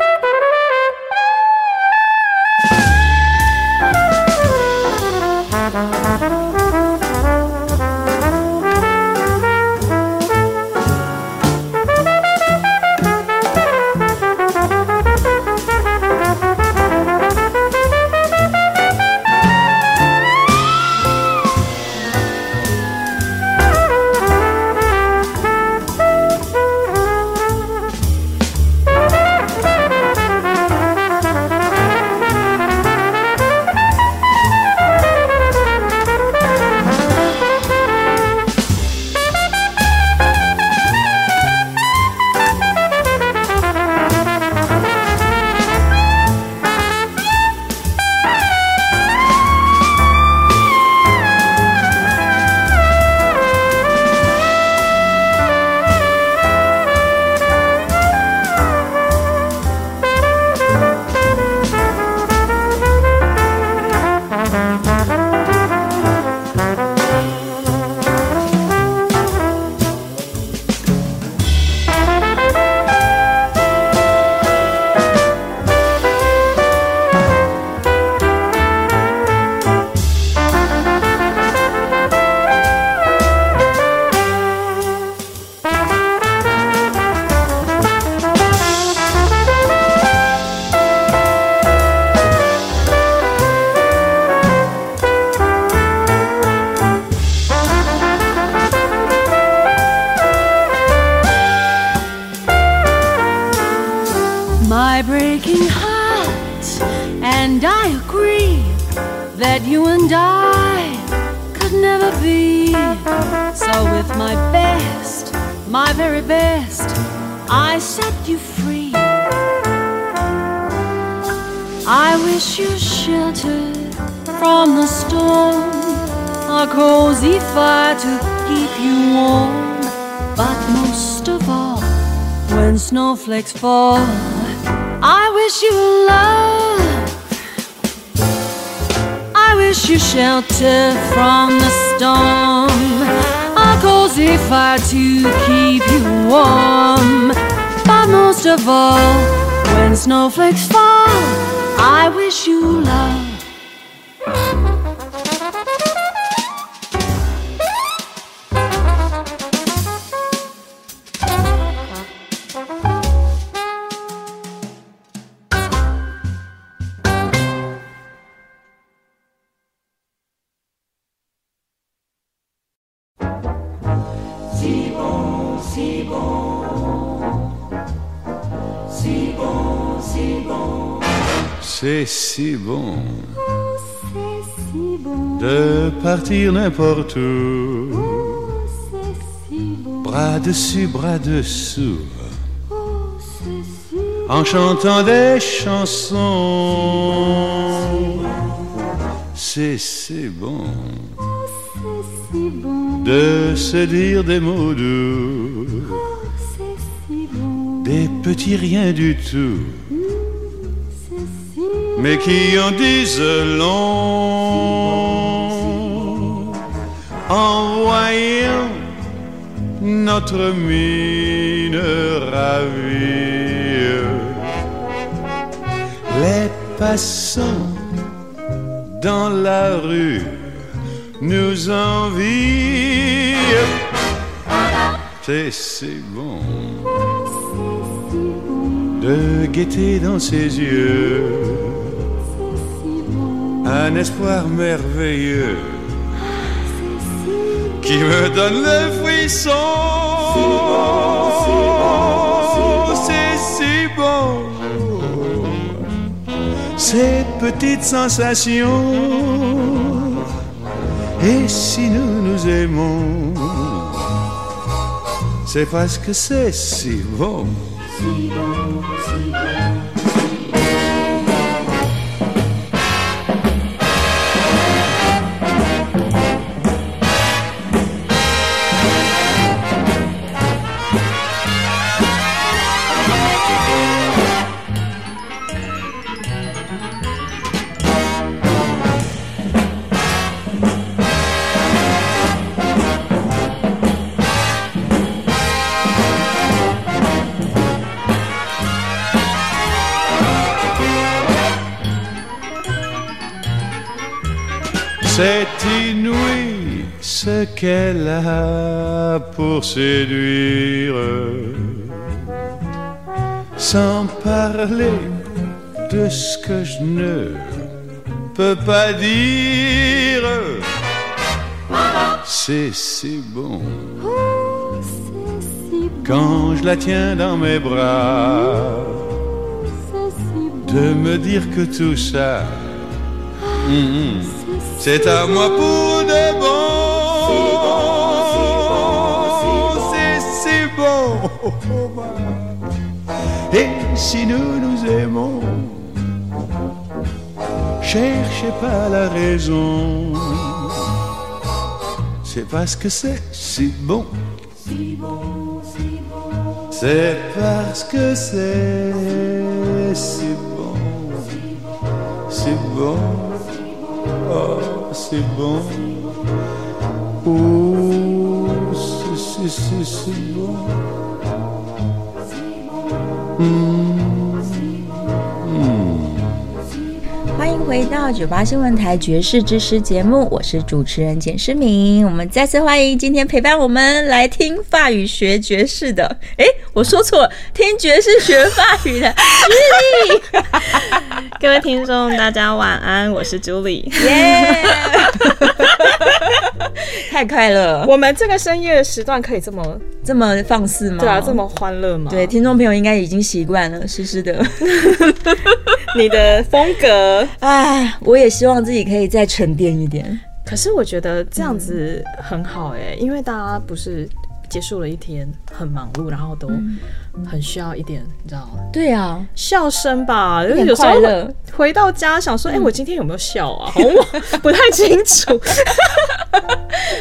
Speaker 4: that you and I could never be. So, with my best, my very best, I set you free. I wish you sheltered from the storm, a cozy fire to keep you warm. But most of all, when snowflakes fall, I wish you love. I wish you shelter from the storm, a cozy fire to keep you warm. But most of all, when snowflakes fall, I wish you love.
Speaker 5: C'est si bon de partir n'importe où. Bras dessus, bras dessous. En chantant des chansons. C'est si bon de se dire des mots doux. Des petits riens du tout mais qui en disent long en voyant notre mine ravie. Les passants dans la rue nous envient. C'est si bon de guetter dans ses yeux un espoir merveilleux qui me donne le frisson. C'est si bon, ces petites sensations. Et si nous nous aimons, c'est parce que c'est si bon. C'est inouï ce qu'elle a pour séduire. Sans parler de ce que je ne peux pas dire. C'est si bon quand je la tiens dans mes bras de me dire que tout ça. hum, hum, c'est à moi pour de bon. C'est si bon. (laughs) Oh, Et si nous nous aimons, cherchez pas la raison. C'est parce que c'est si bon. C'est parce que c'est si bon. Si bon. Oh, c'est bon. Oh, c'est, c'est, c'est, c'est bon. Hmm. Hmm.
Speaker 1: 欢迎回到九八新闻台《爵士之师》节目，我是主持人简诗敏。我们再次欢迎今天陪伴我们来听法语学爵士的，诶，我说错了，听爵士学法语的 (laughs) Julie，
Speaker 3: 各位听众，大家晚安，我是 Julie。
Speaker 1: 耶，太快乐，
Speaker 3: (laughs) 我们这个深夜时段可以这么
Speaker 1: 这啊么放肆吗？
Speaker 3: 哦对啊，这么欢乐吗？
Speaker 1: (laughs) 对，听众朋友应该已经习惯了，诗诗的
Speaker 3: 你的风格。
Speaker 1: 哎，我也希望自己可以再沉淀一点。
Speaker 3: (laughs) 可是我觉得这样子很好哎、因为大家不是结束了一天很忙碌，然后都很需要一点，你知道
Speaker 1: 对啊，
Speaker 3: 笑声吧，因为
Speaker 1: 点
Speaker 3: 有时候
Speaker 1: 快乐
Speaker 3: 回到家想
Speaker 1: 嗯
Speaker 3: 说，哎、我今天有没有笑啊？好像
Speaker 1: (laughs)
Speaker 3: 我不太清楚。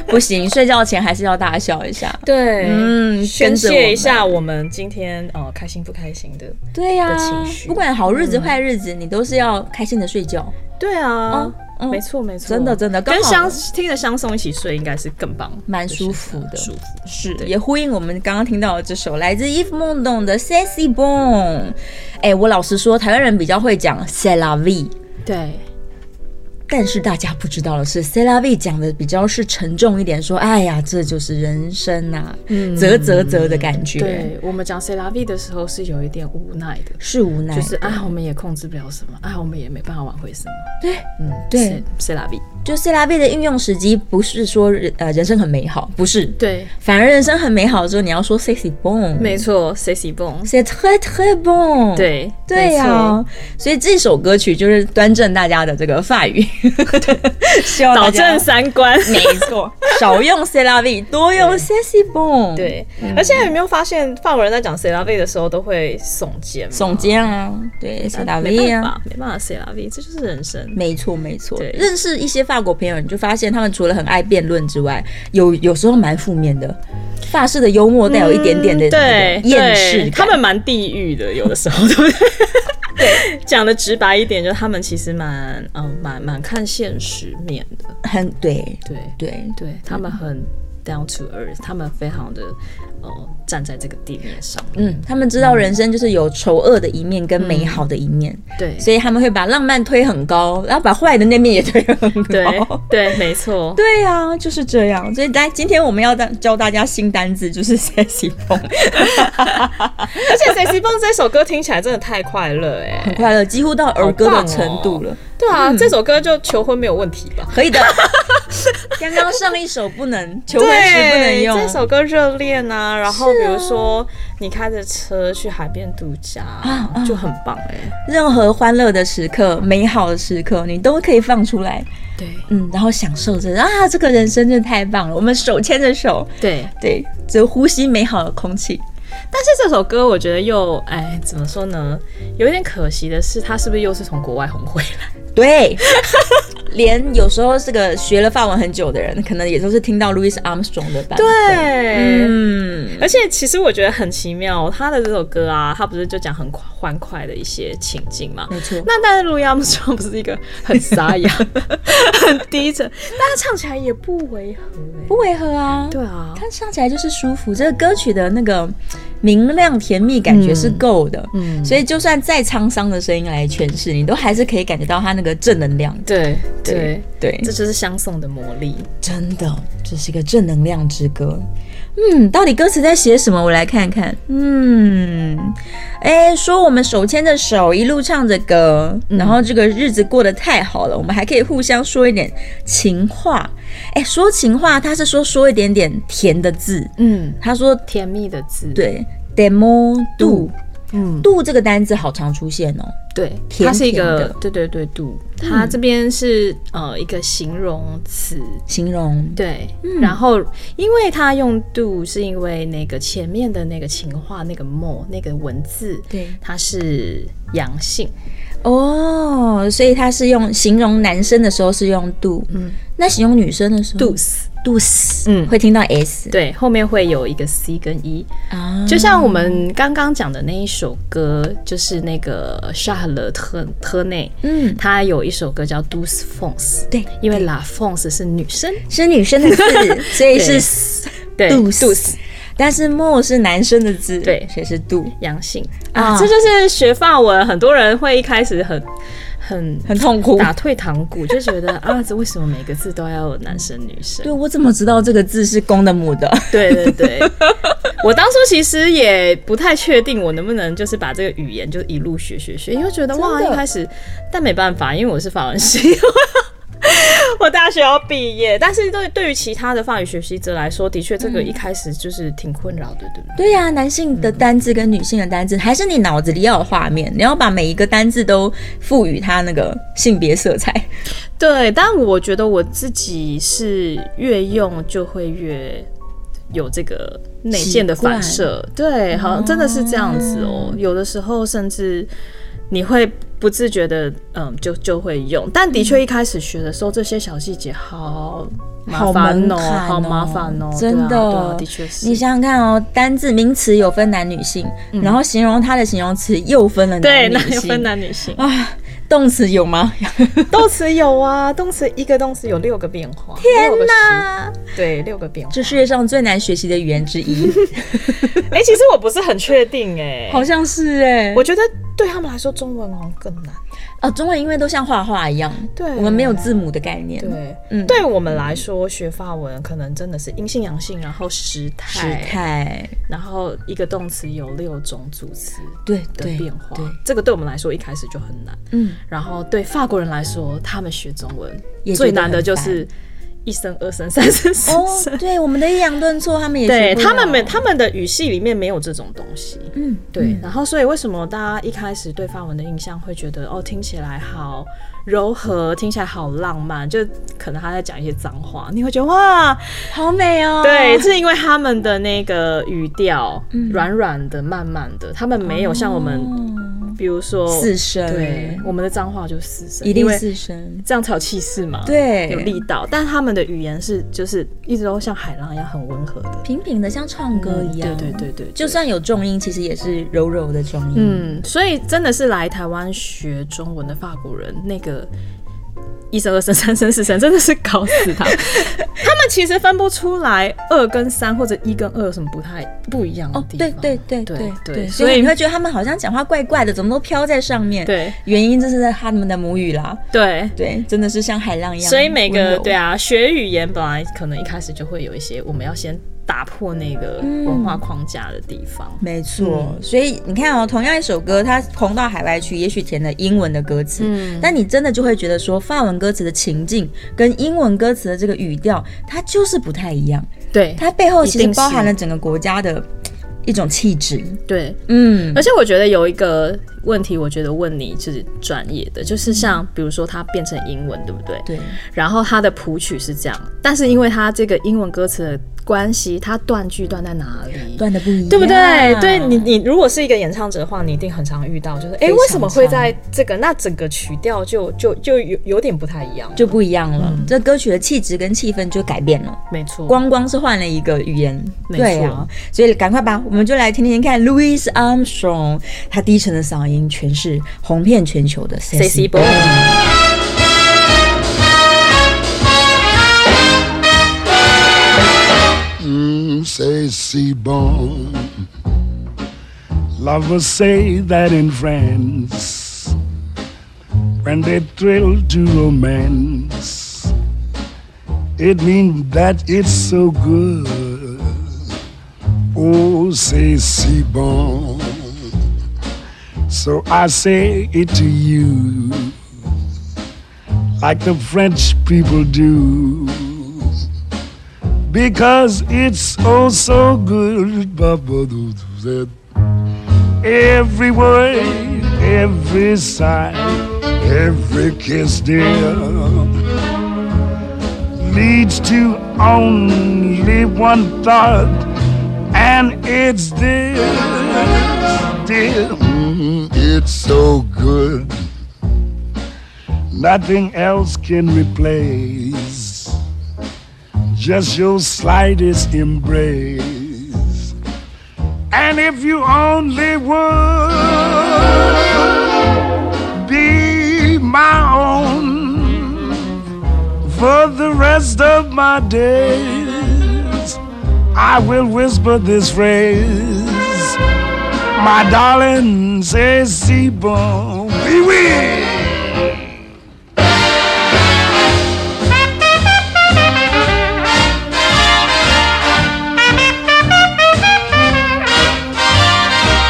Speaker 1: 不行，睡觉前还是要大笑一下。
Speaker 3: 对
Speaker 1: 嗯
Speaker 3: 宣
Speaker 1: 跟着我
Speaker 3: 泄一
Speaker 1: 们
Speaker 3: 下我们今天哦、呃开心不开心的。
Speaker 1: 对呀、
Speaker 3: 的情绪嗯
Speaker 1: 不管好日子坏日子，你都是要开心的睡觉。
Speaker 3: 对啊
Speaker 1: 哦，嗯
Speaker 3: 没错没错，
Speaker 1: 真的真的
Speaker 3: 跟
Speaker 1: 刚好
Speaker 3: 香听着香颂一起睡应该是更棒，
Speaker 1: 蛮
Speaker 3: 就是
Speaker 1: 舒服的
Speaker 3: 舒服
Speaker 1: 是
Speaker 3: 对
Speaker 1: 也呼应我们刚刚听到的这首来自 Eve m o n d o n 的《Sexy Bone》。哎，我老实说，台湾人比较会讲 C'est la vie，
Speaker 3: 对。
Speaker 1: 但是大家不知道的是，C'est la vie 讲的比较是沉重一点，说哎呀，这就是人生呐、
Speaker 3: 嗯
Speaker 1: 啧啧啧的感觉，
Speaker 3: 对我们讲 C l V 的时候是有一点无奈的，
Speaker 1: 是无奈，
Speaker 3: 就是啊，我们也控制不了什么，啊，我们也没办法挽回什么。
Speaker 1: 对，
Speaker 3: 嗯，
Speaker 1: 对
Speaker 3: ，C l V，
Speaker 1: 就 C'est la vie 的应用时机不是说呃人生很美好，不是，
Speaker 3: 对，
Speaker 1: 反而人生很美好的时候，你要说 Sexy Bone，
Speaker 3: 没错，Sexy Bone，
Speaker 1: C'est très très bon，。
Speaker 3: 对，
Speaker 1: 嗯对呀、
Speaker 3: 没错
Speaker 1: 所以这首歌曲就是端正大家的这个法
Speaker 3: (laughs)
Speaker 1: 语，希望
Speaker 3: 导
Speaker 1: 大家
Speaker 3: 正
Speaker 1: (laughs)
Speaker 3: 三观。
Speaker 1: 没错，少用 C l a V，多用 sexy bon，，
Speaker 3: 对，而且有没有发现法国人在讲 C l V 的时候都会耸肩？
Speaker 1: 耸。肩啊，对 C l a
Speaker 3: 没
Speaker 1: V
Speaker 3: 办
Speaker 1: 啊。
Speaker 3: 法，没办法，C l V，这就是人生。
Speaker 1: 没错，没错
Speaker 3: 对。
Speaker 1: 认识一些法国朋友，你就发现他们除了很爱辩论之外，有有时候蛮负面的。法式的幽默带有一点点的
Speaker 3: 嗯对
Speaker 1: 那个厌世
Speaker 3: 对
Speaker 1: 感，
Speaker 3: 他们蛮地狱的，有的时候，
Speaker 1: (laughs)
Speaker 3: 对不对？对，讲的直白一点，就是他们其实蛮嗯蛮蛮看现实面的，
Speaker 1: 很对
Speaker 3: 对
Speaker 1: 对
Speaker 3: 对，他们很 down to earth，他们非常的呃站在这个地面上，
Speaker 1: 嗯，他们知道人生就是有丑恶的一面跟美好的一面，
Speaker 3: 对
Speaker 1: 所以他们会把浪漫推很高，然后把坏的那面也推很高。
Speaker 3: 对对，没错，
Speaker 1: (laughs) 对啊，就是这样。所以来，今天我们要大教大家新单字，就是 sexy 风，
Speaker 3: 而且《Sexy Bone》这首歌听起来真的太快乐哎、
Speaker 1: 很快乐，几乎到儿歌
Speaker 3: 好棒
Speaker 1: 的
Speaker 3: 哦
Speaker 1: 程度了。嗯
Speaker 3: 对啊，这首歌就求婚没有问题吧？
Speaker 1: 可以的。 (laughs) 刚刚上一首不能，求婚时不能
Speaker 3: 对，
Speaker 1: 用。
Speaker 3: 这首歌热恋啊，然后比如说你开着车去海边度假，
Speaker 1: 啊
Speaker 3: 就很棒哎、
Speaker 1: 任何欢乐的时刻、美好的时刻，你都可以放出来，
Speaker 3: 对
Speaker 1: 嗯，然后享受着啊，这个人生真的太棒了。我们手牵着手，
Speaker 3: 对，
Speaker 1: 对，就呼吸美好的空气。
Speaker 3: 但是这首歌我觉得又哎，怎么说呢？有一点可惜的是，它是不是又是从国外红回来？
Speaker 1: 对，连有时候这个学了法文很久的人，可能也都是听到 Louis Armstrong 的版本。，
Speaker 3: 对。
Speaker 1: 嗯，
Speaker 3: 而且其实我觉得很奇妙，他的这首歌啊，他不是就讲很欢快的一些情境嘛？
Speaker 1: 没错。
Speaker 3: 那但是路易阿姆斯壮不是一个很沙哑、 (laughs) 很低沉，但他唱起来也不违和哎、
Speaker 1: 不违和啊，
Speaker 3: 对啊，
Speaker 1: 它唱起来就是舒服。这个歌曲的那个明亮甜蜜感觉是够的，
Speaker 3: 嗯
Speaker 1: 嗯，所以就算再沧桑的声音来诠释，你都还是可以感觉到它那个正能量。
Speaker 3: 对
Speaker 1: 对
Speaker 3: 对，
Speaker 1: 对，
Speaker 3: 这就是相送的魔力。
Speaker 1: 真的，这是一个正能量之歌。嗯，到底歌词在写什么？我来看看。嗯，哎，说我们手牵着手，一路唱着歌，然后这个日子过得太好了，我们还可以互相说一点情话。哎，说情话，他是说说一点点甜的字。
Speaker 3: 嗯，
Speaker 1: 他说
Speaker 3: 甜蜜的字，，
Speaker 1: 对，demo do
Speaker 3: 嗯，
Speaker 1: do 这个单字好常出现哦。
Speaker 3: 对，
Speaker 1: 甜
Speaker 3: 它是一
Speaker 1: 甜
Speaker 3: 个
Speaker 1: 的，
Speaker 3: 对对对，度，它这边是呃一个形容词，
Speaker 1: 形容
Speaker 3: 对，然后因为它用 do 是因为那个前面的那个情话那个 more 那个文字，
Speaker 1: 对
Speaker 3: 它是阳性，
Speaker 1: 哦，所以他是用形容男生的时候是用 do，嗯，那形容女生的时候
Speaker 3: do s
Speaker 1: do s，
Speaker 3: 嗯
Speaker 1: 会听到 s
Speaker 3: 对，后面会有一个 c 跟 e，
Speaker 1: 啊，
Speaker 3: 就像我们刚刚讲的那一首歌，就是那个夏勒特特内，
Speaker 1: 嗯，
Speaker 3: 他有一首歌叫 Douce France，
Speaker 1: 对
Speaker 3: 因为 La France 是女生，
Speaker 1: 是女生的
Speaker 3: (laughs)
Speaker 1: 字，所以是
Speaker 3: 对
Speaker 1: do
Speaker 3: douce
Speaker 1: 但是 more 是男生的字，
Speaker 3: 对
Speaker 1: 所以是 do，
Speaker 3: 阳性
Speaker 1: 啊
Speaker 3: 啊，这就是学法文，很多人会一开始很很
Speaker 1: 很痛苦。
Speaker 3: 打退堂鼓，就觉得啊，这为什么每个字都要有男生女生
Speaker 1: 对，？我怎么知道这个字是公的母的？ (laughs)
Speaker 3: (laughs) 对对对，我当初其实也不太确定我能不能就是把这个语言就一路学学学，因为觉得哇，
Speaker 1: 真的
Speaker 3: 一开始但没办法，因为我是法文系， (laughs) 我大学要毕业，但是对对于其他的法语学习者来说，的确这个一开始就是挺困扰的，对不对？
Speaker 1: 对呀、男性的单字跟女性的单字，还是你脑子里要有画面，你要把每一个单字都赋予它那个性别色彩。
Speaker 3: 对，但我觉得我自己是越用就会越有这个内建的反射，对，好像真的是这样子哦。有的时候甚至你会不自觉的，嗯，就就会用，但的确一开始学的时候，这些小细节好麻
Speaker 1: 好门
Speaker 3: 烦
Speaker 1: 槛
Speaker 3: 哦，
Speaker 1: 哦
Speaker 3: 好麻烦哦，
Speaker 1: 真的
Speaker 3: 对啊对啊的确是嗯
Speaker 1: 你。想想看哦，单字名词有分男女性，然后形容它的形容词又分了
Speaker 3: 对，
Speaker 1: 男
Speaker 3: 那
Speaker 1: 女
Speaker 3: 有
Speaker 1: 性。。
Speaker 3: 分男女性哦
Speaker 1: 啊，动词有吗？
Speaker 3: 动词有啊，动词一个动词有六个变化。 (laughs) 天哪！对，六个变
Speaker 1: (laughs)
Speaker 3: 化。
Speaker 1: 这世界上最难学习的语言之
Speaker 3: (laughs)
Speaker 1: 一，
Speaker 3: 哎、其实我不是很确定哎、
Speaker 1: 好像是哎、
Speaker 3: 我觉得对他们来说，中文好像更难。
Speaker 1: 哦，中文因为都像画画一样，
Speaker 3: 对
Speaker 1: 我们没有字母的概念。
Speaker 3: 对，
Speaker 1: 嗯
Speaker 3: 对我们来说，学法文可能真的是阴性、阳性，然后时态，
Speaker 1: 时态，
Speaker 3: 然后一个动词有六种组词
Speaker 1: 对
Speaker 3: 的
Speaker 1: 对
Speaker 3: 变化
Speaker 1: 对，
Speaker 3: 这个对我们来说一开始就很难。
Speaker 1: 嗯，
Speaker 3: 然后对法国人来说，他们学中文
Speaker 1: 也觉得
Speaker 3: 最难的就
Speaker 1: 很
Speaker 3: 是一声、二声、三声、四声。
Speaker 1: 哦，对，我们的抑扬顿挫，他们也
Speaker 3: 嗯对
Speaker 1: 学不
Speaker 3: 他们
Speaker 1: 了
Speaker 3: 没，他们的语系里面没有这种东西。
Speaker 1: 嗯，
Speaker 3: 对，然后所以为什么大家一开始对法文的印象会觉得哦，听起来好柔和，听起来好浪漫，就可能他在讲一些脏话，你会觉得哇，
Speaker 1: 好美哦。
Speaker 3: 对，是因为他们的那个语调软软的、慢慢的，他们没有像我们，
Speaker 1: 嗯哦，
Speaker 3: 比如说
Speaker 1: 四声
Speaker 3: 对，我们的脏话就是四声，
Speaker 1: 一定
Speaker 3: 因为
Speaker 1: 四声。
Speaker 3: 这样才有气势嘛，
Speaker 1: 对
Speaker 3: 有力道，但他们的语言是就是一直都像海浪一样很温和的。
Speaker 1: 平平的，像唱歌一样。
Speaker 3: 嗯对对对对对
Speaker 1: 就算有重音，其实也是柔柔的重音。
Speaker 3: 嗯，所以真的是来台湾学中文的法国人，那个一声、二声、三声、四声，真的是搞死他。他们其实分不出来二跟三或者一跟二有什么不太不一样的
Speaker 1: 哦，
Speaker 3: 地方。
Speaker 1: 对对对
Speaker 3: 对
Speaker 1: 对
Speaker 3: 对
Speaker 1: 所
Speaker 3: 所以
Speaker 1: 以你会觉得他们好像讲话怪怪的，怎么都飘在上面。，
Speaker 3: 对
Speaker 1: 原因就是在他们的母语啦。
Speaker 3: 对
Speaker 1: 对，真的是像海浪一样。
Speaker 3: 所以每个对
Speaker 1: 啊，
Speaker 3: 啊，学语言本来可能一开始就会有一些我们要先打破那个文化框架的地方。
Speaker 1: 没错。
Speaker 3: 嗯
Speaker 1: 所以你看哦，同样一首歌，它红到海外去，也许填了英文的歌词，
Speaker 3: 嗯
Speaker 1: 但你真的就会觉得说，法文歌词的情境跟英文歌词的这个语调，它就是不太一样。
Speaker 3: 对
Speaker 1: 它背后其
Speaker 3: 一
Speaker 1: 实
Speaker 3: 定是
Speaker 1: 包含了整个国家的一种气质。
Speaker 3: 对，
Speaker 1: 嗯，
Speaker 3: 而且我觉得有一个问题，我觉得问你就是专业的，就是像比如说它变成英文，对不对？
Speaker 1: 对，
Speaker 3: 然后它的谱曲是这样，但是因为它这个英文歌词的关系，它断句断在哪里？
Speaker 1: 断的不一样，啊
Speaker 3: 对不对？对你，你如果是一个演唱者的话，你一定很常遇到，就是哎，
Speaker 1: 非常
Speaker 3: 为什么会在这个？那整个曲调就就就有有点不太一样。
Speaker 1: 就不一样了。
Speaker 3: 嗯
Speaker 1: 这歌曲的气质跟气氛就改变了，
Speaker 3: 没错，
Speaker 1: 光光是换了一个语言，
Speaker 3: 没错
Speaker 1: 对啊。所以赶快吧，我们就来听听看 Louis Armstrong，他低沉的嗓音诠释红遍全球的
Speaker 3: C C
Speaker 1: Sexy
Speaker 3: Boy，
Speaker 6: Mm, c'est si bon. Lovers say that in France, when they thrill to romance, it means that it's so good. Oh, c'est si bon. So I say it to you, like the French people do because it's oh so good. Ba-ba-doo-doo-zet. Every word, every sigh, every kiss, dear, leads to only one thought, and it's this, dear. Mm, it's so good. Nothing else can replace just your slightest embrace. And if you only would be my own for the rest of my days, I will whisper this phrase. My darling, say, see, bon, oui, oui.
Speaker 7: Thank you.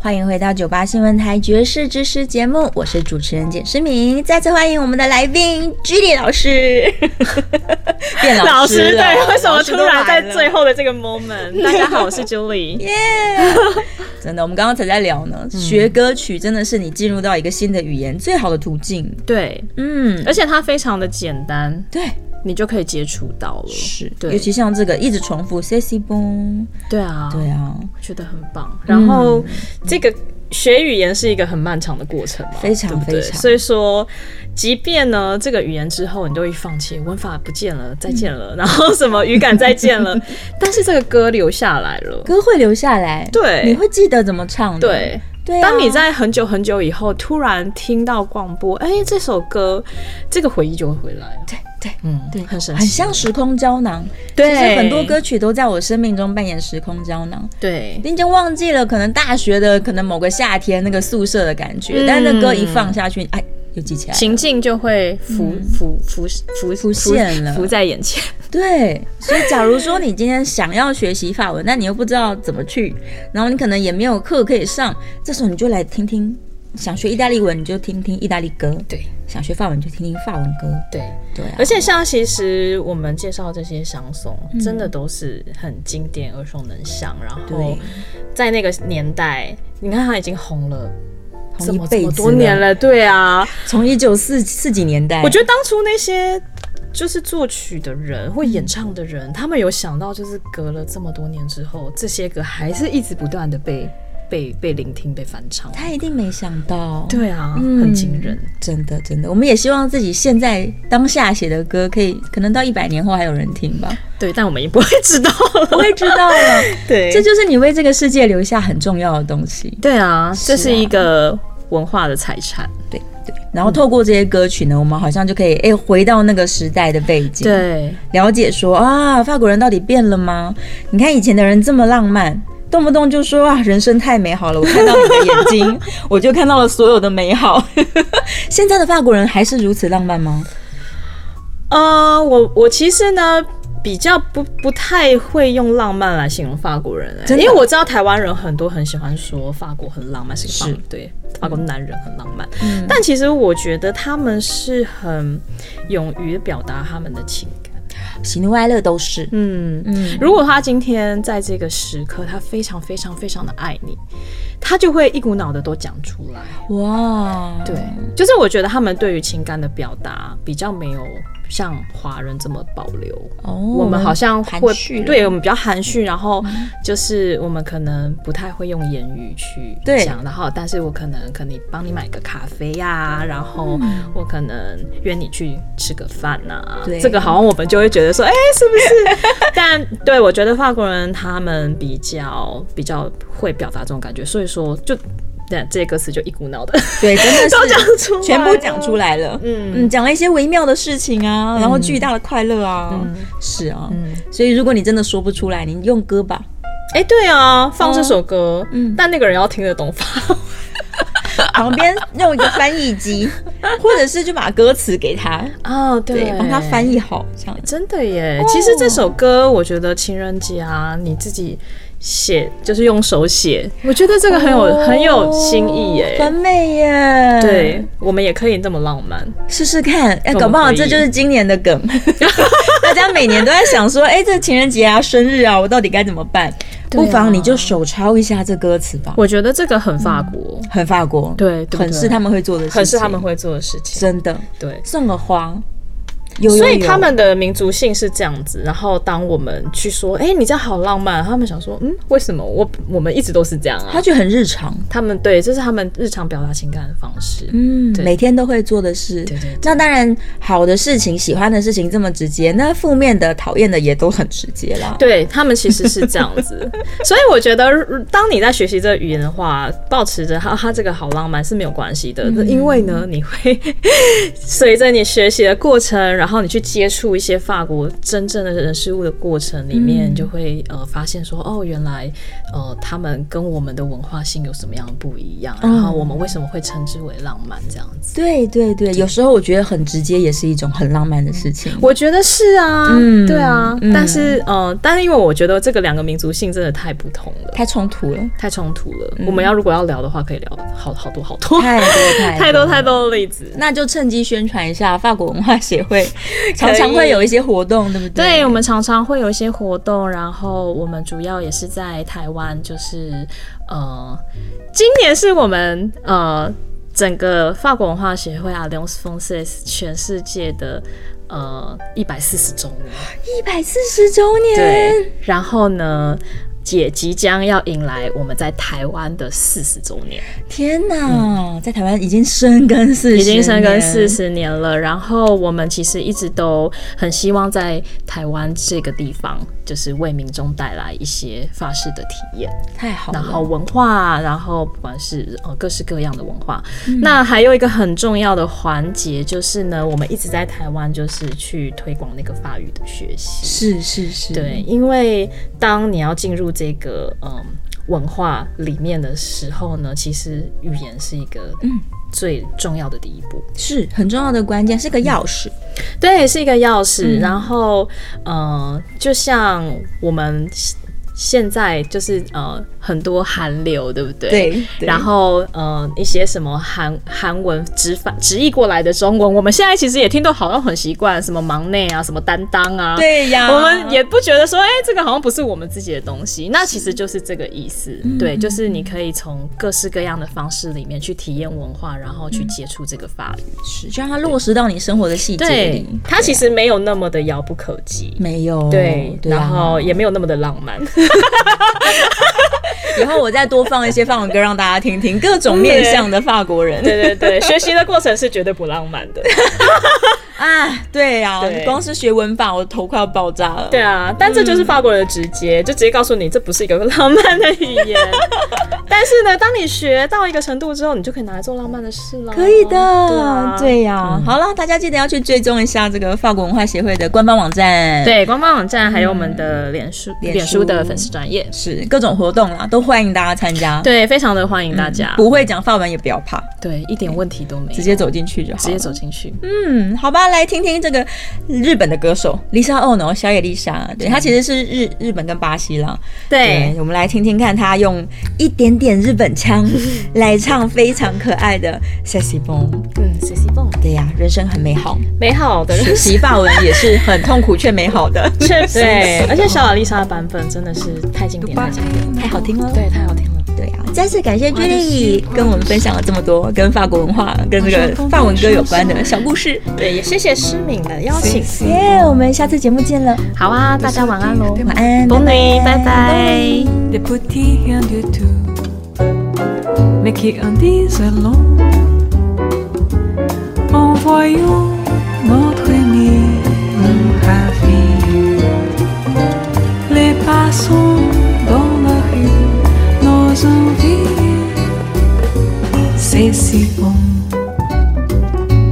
Speaker 1: 欢迎回到九八新闻台爵士之师节目，我是主持人简诗敏，再次欢迎我们的来宾 Judy 老
Speaker 3: (laughs)
Speaker 1: 师，变
Speaker 3: 老
Speaker 1: 师啊
Speaker 3: 师，
Speaker 1: 了
Speaker 3: 对，为什么
Speaker 1: 老师
Speaker 3: 突
Speaker 1: 都
Speaker 3: 然在
Speaker 1: 来了
Speaker 3: 最后的这个 moment？大家好，我是
Speaker 1: (laughs)
Speaker 3: Julie。
Speaker 1: 耶真的，我们刚刚才在聊呢，学歌曲真的是你进入到一个新的语言最好的途径。
Speaker 3: 对，
Speaker 1: 嗯，
Speaker 3: 而且它非常的简单，
Speaker 1: 对，
Speaker 3: 你就可以接触到了。
Speaker 1: 是，
Speaker 3: 对，
Speaker 1: 尤其像这个一直重复 sexy boom，
Speaker 3: 对啊，
Speaker 1: 对啊，
Speaker 3: 我觉得很棒。然后、
Speaker 1: 嗯
Speaker 3: 这个学语言是一个很漫长的过程嘛，
Speaker 1: 非常
Speaker 3: 对不对
Speaker 1: 非常
Speaker 3: 所以说，即便呢这个语言之后你都会放弃，文法不见了，再
Speaker 1: (laughs)
Speaker 3: 见了，然后什么语感再见了，但是这个歌留下来了。
Speaker 1: 歌会留下来，
Speaker 3: 对
Speaker 1: 你会记得怎么唱的，
Speaker 3: 对，
Speaker 1: 对啊、
Speaker 3: 当你在很久很久以后突然听到广播，哎、这首歌，这个回忆就会回来了。
Speaker 1: 对对
Speaker 3: 嗯，
Speaker 1: 对，
Speaker 3: 很神奇，
Speaker 1: 很像时空胶囊。
Speaker 3: 对
Speaker 1: 其实很多歌曲都在我生命中扮演时空胶囊。
Speaker 3: 对
Speaker 1: 你已经忘记了可能大学的可能某个夏天那个宿舍的感觉，
Speaker 3: 嗯
Speaker 1: 但是那歌一放下去，哎，又记起来了。
Speaker 3: 情境就会浮浮浮浮
Speaker 1: 嗯浮现了
Speaker 3: 浮在眼前。
Speaker 1: 对，所以假如说你今天想要学习法文，但你又不知道怎么去，然后你可能也没有课可以上，这时候你就来听听。想学意大利文，你就听听意大利歌；
Speaker 3: 对
Speaker 1: 想学法文，你就听听法文歌。
Speaker 3: 对，
Speaker 1: 对啊，
Speaker 3: 而且像其实我们介绍这些相颂，真的都是很经典、耳熟能详。然后
Speaker 1: 对
Speaker 3: 在那个年代，你看他已经红了。
Speaker 1: 红
Speaker 3: 这
Speaker 1: 一
Speaker 3: 么这
Speaker 1: 辈
Speaker 3: 么
Speaker 1: 子
Speaker 3: 多年
Speaker 1: 了，
Speaker 3: 了，对啊，
Speaker 1: 从一九四四几年代，
Speaker 3: 我觉得当初那些就是作曲的人或演唱的人，他们有想到，就是隔了这么多年之后，这些歌还是一直不断的被被被聆听、被翻唱。
Speaker 1: 他一定没想到，
Speaker 3: 对啊，
Speaker 1: 嗯，
Speaker 3: 很惊人。
Speaker 1: 真的真的。我们也希望自己现在当下写的歌，可以可能到一百年后还有人听 (laughs) 吧，
Speaker 3: 对，但我们也不会知道
Speaker 1: 不
Speaker 3: 了。
Speaker 1: 会知道了。
Speaker 3: 对
Speaker 1: 这就是你为这个世界留下很重要的东西。
Speaker 3: 对啊，这
Speaker 1: 是
Speaker 3: 是
Speaker 1: 啊
Speaker 3: 一个文化的财产。
Speaker 1: 对对，然后透过这些歌曲呢，我们好像就可以哎回到那个时代的背景，，
Speaker 3: 对，
Speaker 1: 了解说啊，法国人到底变了吗？你看以前的人这么浪漫。动不动就说啊，人生太美好了！我看到你的眼
Speaker 3: (laughs)
Speaker 1: 睛，我就看到了所有的美好。现在的法国人还是如此浪漫吗？
Speaker 3: 呃，我我其实呢比较不不太会用浪漫来形容法国人、欸，
Speaker 1: 真的
Speaker 3: 因为我知道台湾人很多很喜欢说法国很浪漫，是个
Speaker 1: 是嗯
Speaker 3: 法对法国男人很浪漫，但其实我觉得他们是很勇于表达他们的情感，
Speaker 1: 喜怒哀乐都是，
Speaker 3: 嗯。
Speaker 1: 嗯，
Speaker 3: 如果他今天在这个时刻，他非常非常非常的爱你，他就会一股脑的都讲出来。
Speaker 1: 哇，
Speaker 3: 对，就是我觉得他们对于情感的表达比较没有像华人这么保留。
Speaker 1: 哦，
Speaker 3: 我们好像
Speaker 1: 含
Speaker 3: 会
Speaker 1: 蓄了嗯
Speaker 3: 对我们比较含蓄，然后就是我们可能不太会用言语去
Speaker 1: 对
Speaker 3: 讲，然后但是我可能可能帮你买个咖啡呀、
Speaker 1: 嗯
Speaker 3: 然后我可能约你去吃个饭呐、
Speaker 1: 对
Speaker 3: 这个好像我们就会觉得说，哎、是不是？ (laughs) 但对我觉得法国人他们比较比较会表达这种感觉，所以说就对这些歌词就一股脑的
Speaker 1: 对，真的是
Speaker 3: 都讲出来
Speaker 1: (laughs)
Speaker 3: 了，
Speaker 1: 全部讲出来了。
Speaker 3: (laughs) 嗯
Speaker 1: 嗯，讲了一些微妙的事情啊，然后巨大的快乐啊，是啊，
Speaker 3: 嗯
Speaker 1: 所以如果你真的说不出来，你用歌
Speaker 3: (laughs)
Speaker 1: 吧，
Speaker 3: 哎、对啊，放这首歌，
Speaker 1: 嗯
Speaker 3: 但那个人要听得懂法文。
Speaker 1: 旁边用一个翻译机，或者是就把歌词给他，
Speaker 3: (laughs) 哦，
Speaker 1: 对，帮他翻。译好，这样子。
Speaker 3: 真的耶！其实这首歌，我觉得情人节啊，你自己写就是用手写，我觉得这个很有、哦很有新意
Speaker 1: 哦很
Speaker 3: 耶。
Speaker 1: 美耶！，
Speaker 3: 对，我们也可以那么浪漫。
Speaker 1: 试试看，哎、
Speaker 3: 我们
Speaker 1: 搞不好
Speaker 3: 可以
Speaker 1: 这就是今年的
Speaker 3: (laughs)
Speaker 1: 梗。大家每年都在想说，哎、这情人节啊、生日啊，我到底该怎么办？
Speaker 3: 对啊
Speaker 1: 不妨你就手抄一下这歌词吧，
Speaker 3: 我觉得这个很法国，
Speaker 1: 很法国，
Speaker 3: 对对不对
Speaker 1: 很是他们会做的事情，
Speaker 3: 很嗯是他们会做的事情。
Speaker 1: 真的
Speaker 3: 对，
Speaker 1: 送个花，有
Speaker 3: 所以
Speaker 1: 有有
Speaker 3: 他们的民族性是这样子。然后当我们去说，哎、你这样好浪漫，他们想说，嗯，为什么我我们一直都是这样啊
Speaker 1: 他？觉得很日常，
Speaker 3: 他们对，这是他们日常表达情感的方式。
Speaker 1: 嗯，
Speaker 3: 对
Speaker 1: 每天都会做的事。
Speaker 3: 对对对
Speaker 1: 那当然，好的事情、喜欢的事情这么直接，那负面的、讨厌的也都很直接啦。
Speaker 3: 对他们其实是这样子，所以我觉得，如当你在学习这个语言的话，保持着哈哈这个好浪漫是没有关系的，因为呢，你会随着你学习的过程，然后你去接触一些法国真正的人事物的过程里面，你就会呃发现说，哦，原来呃他们跟我们的文化性有什么样的不一样，然后我们为什么会称之为浪漫这样子？
Speaker 1: 对对对，有时候我觉得很直接也是一种很浪漫的事情。
Speaker 3: 我觉得是啊，
Speaker 1: 嗯
Speaker 3: 对啊，
Speaker 1: 嗯
Speaker 3: 但是呃，但是因为我觉得这个两个民族性真的太不同了，
Speaker 1: 太冲突了，
Speaker 3: 太冲突了。我们要如果要聊的话，可以聊好好多好多，
Speaker 1: (laughs) 太多
Speaker 3: (laughs) 太多太多的例子。
Speaker 1: 那就趁机宣传一下法国文化协会，常常会有一些活动，对不对？
Speaker 3: 对，我们常常会有一些活动，然后我们主要也是在台湾，就是呃，今年是我们呃整个法国文化协会啊 l i o n s f r a n c a i s 全世界的呃一百四十周年。
Speaker 1: 一百四十周年，
Speaker 3: 对，然后呢，也即将要迎来我们在台湾的四十周年，
Speaker 1: 天哪，在台湾已经深耕四十，
Speaker 3: 嗯已经深耕四，十年了。然后我们其实一直都很希望在台湾这个地方，就是为民众带来一些法式的体验，
Speaker 1: 太好
Speaker 3: 然后
Speaker 1: 了。
Speaker 3: 文化，然后不管是呃各式各样的文化。
Speaker 1: 嗯
Speaker 3: 那还有一个很重要的环节就是呢，我们一直在台湾就是去推广那个法语的学习。
Speaker 1: 是是是，
Speaker 3: 对，，因为当你要进入这个嗯文化里面的时候呢，其实语言是一个嗯最重要的第一步，
Speaker 1: 是很重要的关键，是个钥匙。
Speaker 3: 嗯对，是一个钥匙。然后呃，就像我们现在就是呃很多韩流，对不对？。
Speaker 1: 对
Speaker 3: 然后，呃，一些什么韩韩文直翻直译过来的中文，我们现在其实也听得好像很习惯，什么忙内啊，什么担当啊，
Speaker 1: 对呀，
Speaker 3: 我们也不觉得说，哎、这个好像不是我们自己的东西。那其实就是嗯这个意思，对，就是你可以从各式各样的方式里面去体验文化，然后去接触这个法语。
Speaker 1: 是就让它落实到你生活的细节
Speaker 3: 对
Speaker 1: 里。，
Speaker 3: 它其实没有那么的遥不可及。
Speaker 1: 没有
Speaker 3: 嗯对，
Speaker 1: 啊
Speaker 3: 然后也没有那么的浪漫， (laughs)
Speaker 1: 以后我再多放一些法文歌让大家听听，各种面向的法国人。
Speaker 3: 对对对，学习的过程是绝对不浪漫 (laughs) 的，
Speaker 1: 啊，对呀、
Speaker 3: 对
Speaker 1: 光是学文法，我头快要爆炸了。
Speaker 3: 对啊，但这就是法国人的直接，就直接告诉你这不是一个浪漫的语 (laughs) 言，但是呢，当你学到一个程度之后，你就可以拿来做浪漫的事了，
Speaker 1: 可以的，
Speaker 3: 对啊，
Speaker 1: 呀、好了，大家记得要去追踪一下这个法国文化协会的官方网站，，
Speaker 3: 对，官方网站还有我们的脸书、
Speaker 1: 脸
Speaker 3: 脸书的
Speaker 1: 书
Speaker 3: 粉丝专业，
Speaker 1: 是各种活动啦，都欢迎大家参加。，嗯
Speaker 3: 对，非常的欢迎大家。
Speaker 1: 不会讲法文也不要怕，
Speaker 3: 对，一点问题都没有，
Speaker 1: 直接走进去就好。
Speaker 3: 直接，走进去。
Speaker 1: 嗯，好吧，来听听这个日本的歌手 Lisa Ono 小野丽莎，对
Speaker 3: 嗯
Speaker 1: 她其实是日日本跟巴西啦。对，，我们来听听看她用一点点日本
Speaker 3: (laughs)
Speaker 1: 腔来唱非常可爱的《Sexy b o n
Speaker 3: 嗯，随随蹦，
Speaker 1: 对呀、人生很美好。
Speaker 3: 美好的
Speaker 1: 学
Speaker 3: 人
Speaker 1: 习法文也是很痛苦却美好的，
Speaker 3: 确实，对，而且小玛丽莎的版本真的是太经典，太经典，
Speaker 1: 太好听了。
Speaker 3: 对，太好听了。
Speaker 1: 对啊，再次感谢 Julie 跟我们分享了这么多跟法国文化、跟这个法文歌有关的小故事。
Speaker 3: 对，也谢谢诗敏的邀请。
Speaker 1: 耶、我们下次节目见了，
Speaker 3: 好啊，大家晚安喽，
Speaker 1: 晚安，
Speaker 3: b o
Speaker 1: 拜
Speaker 3: n 拜拜。
Speaker 4: des petits rien du tout, mais qui en disent long en voyant notre ami ravi. Les passants dans la rue, nos envies, c'est si bon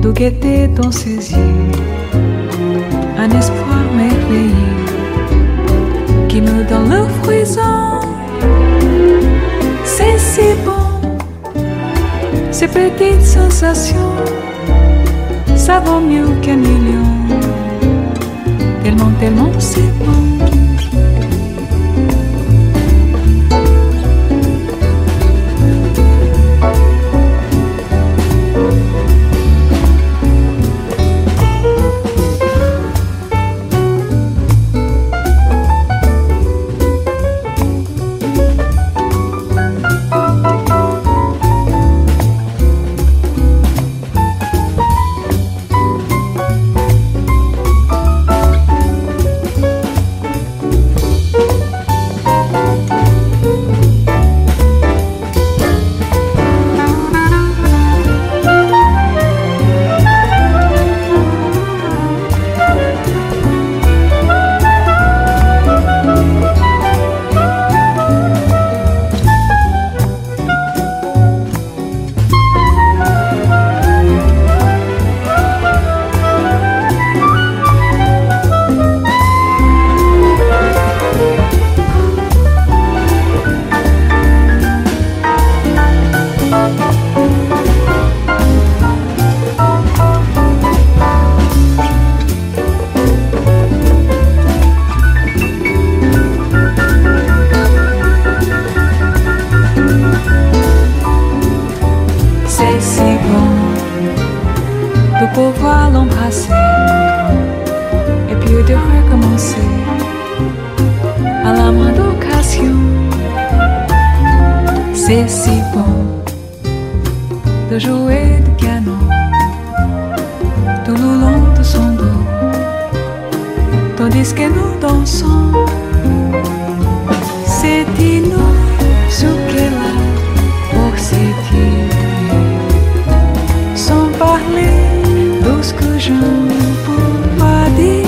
Speaker 4: de guetter dans ses yeux un espoir merveilleux qui me donne le frisson. C'est si bon, ces petites sensations, ça vaut mieux qu'un million. Tellement, tellement c'est bon. que pourra l'embrasser et puis É de recommencer à la moindre occasion. C'est si bon de jouer du piano tout le long de son dos, tandis que nous dansons. C'est nous ce qu'elle a pour s'étirer sans parler de ce que je ne peux pas dire.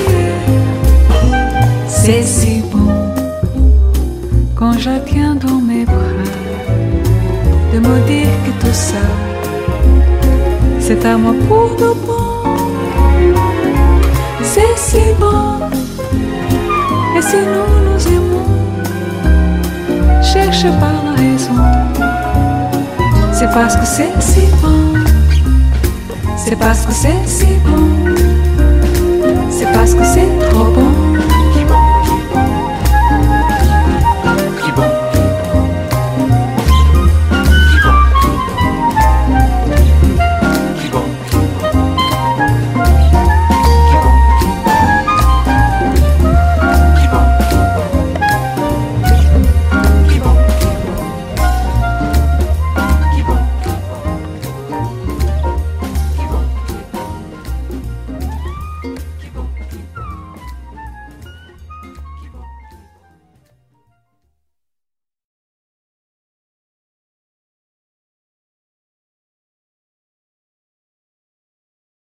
Speaker 4: C'est si bon quand je tiens dans mes bras de me dire que tout ça, c'est à moi pour de bon. C'est si bon, et si nous nous aimons, cherche pas la raison. C'est parce que c'est si bon. C'est parce que c'est si bon. C'est parce que c'est trop bon.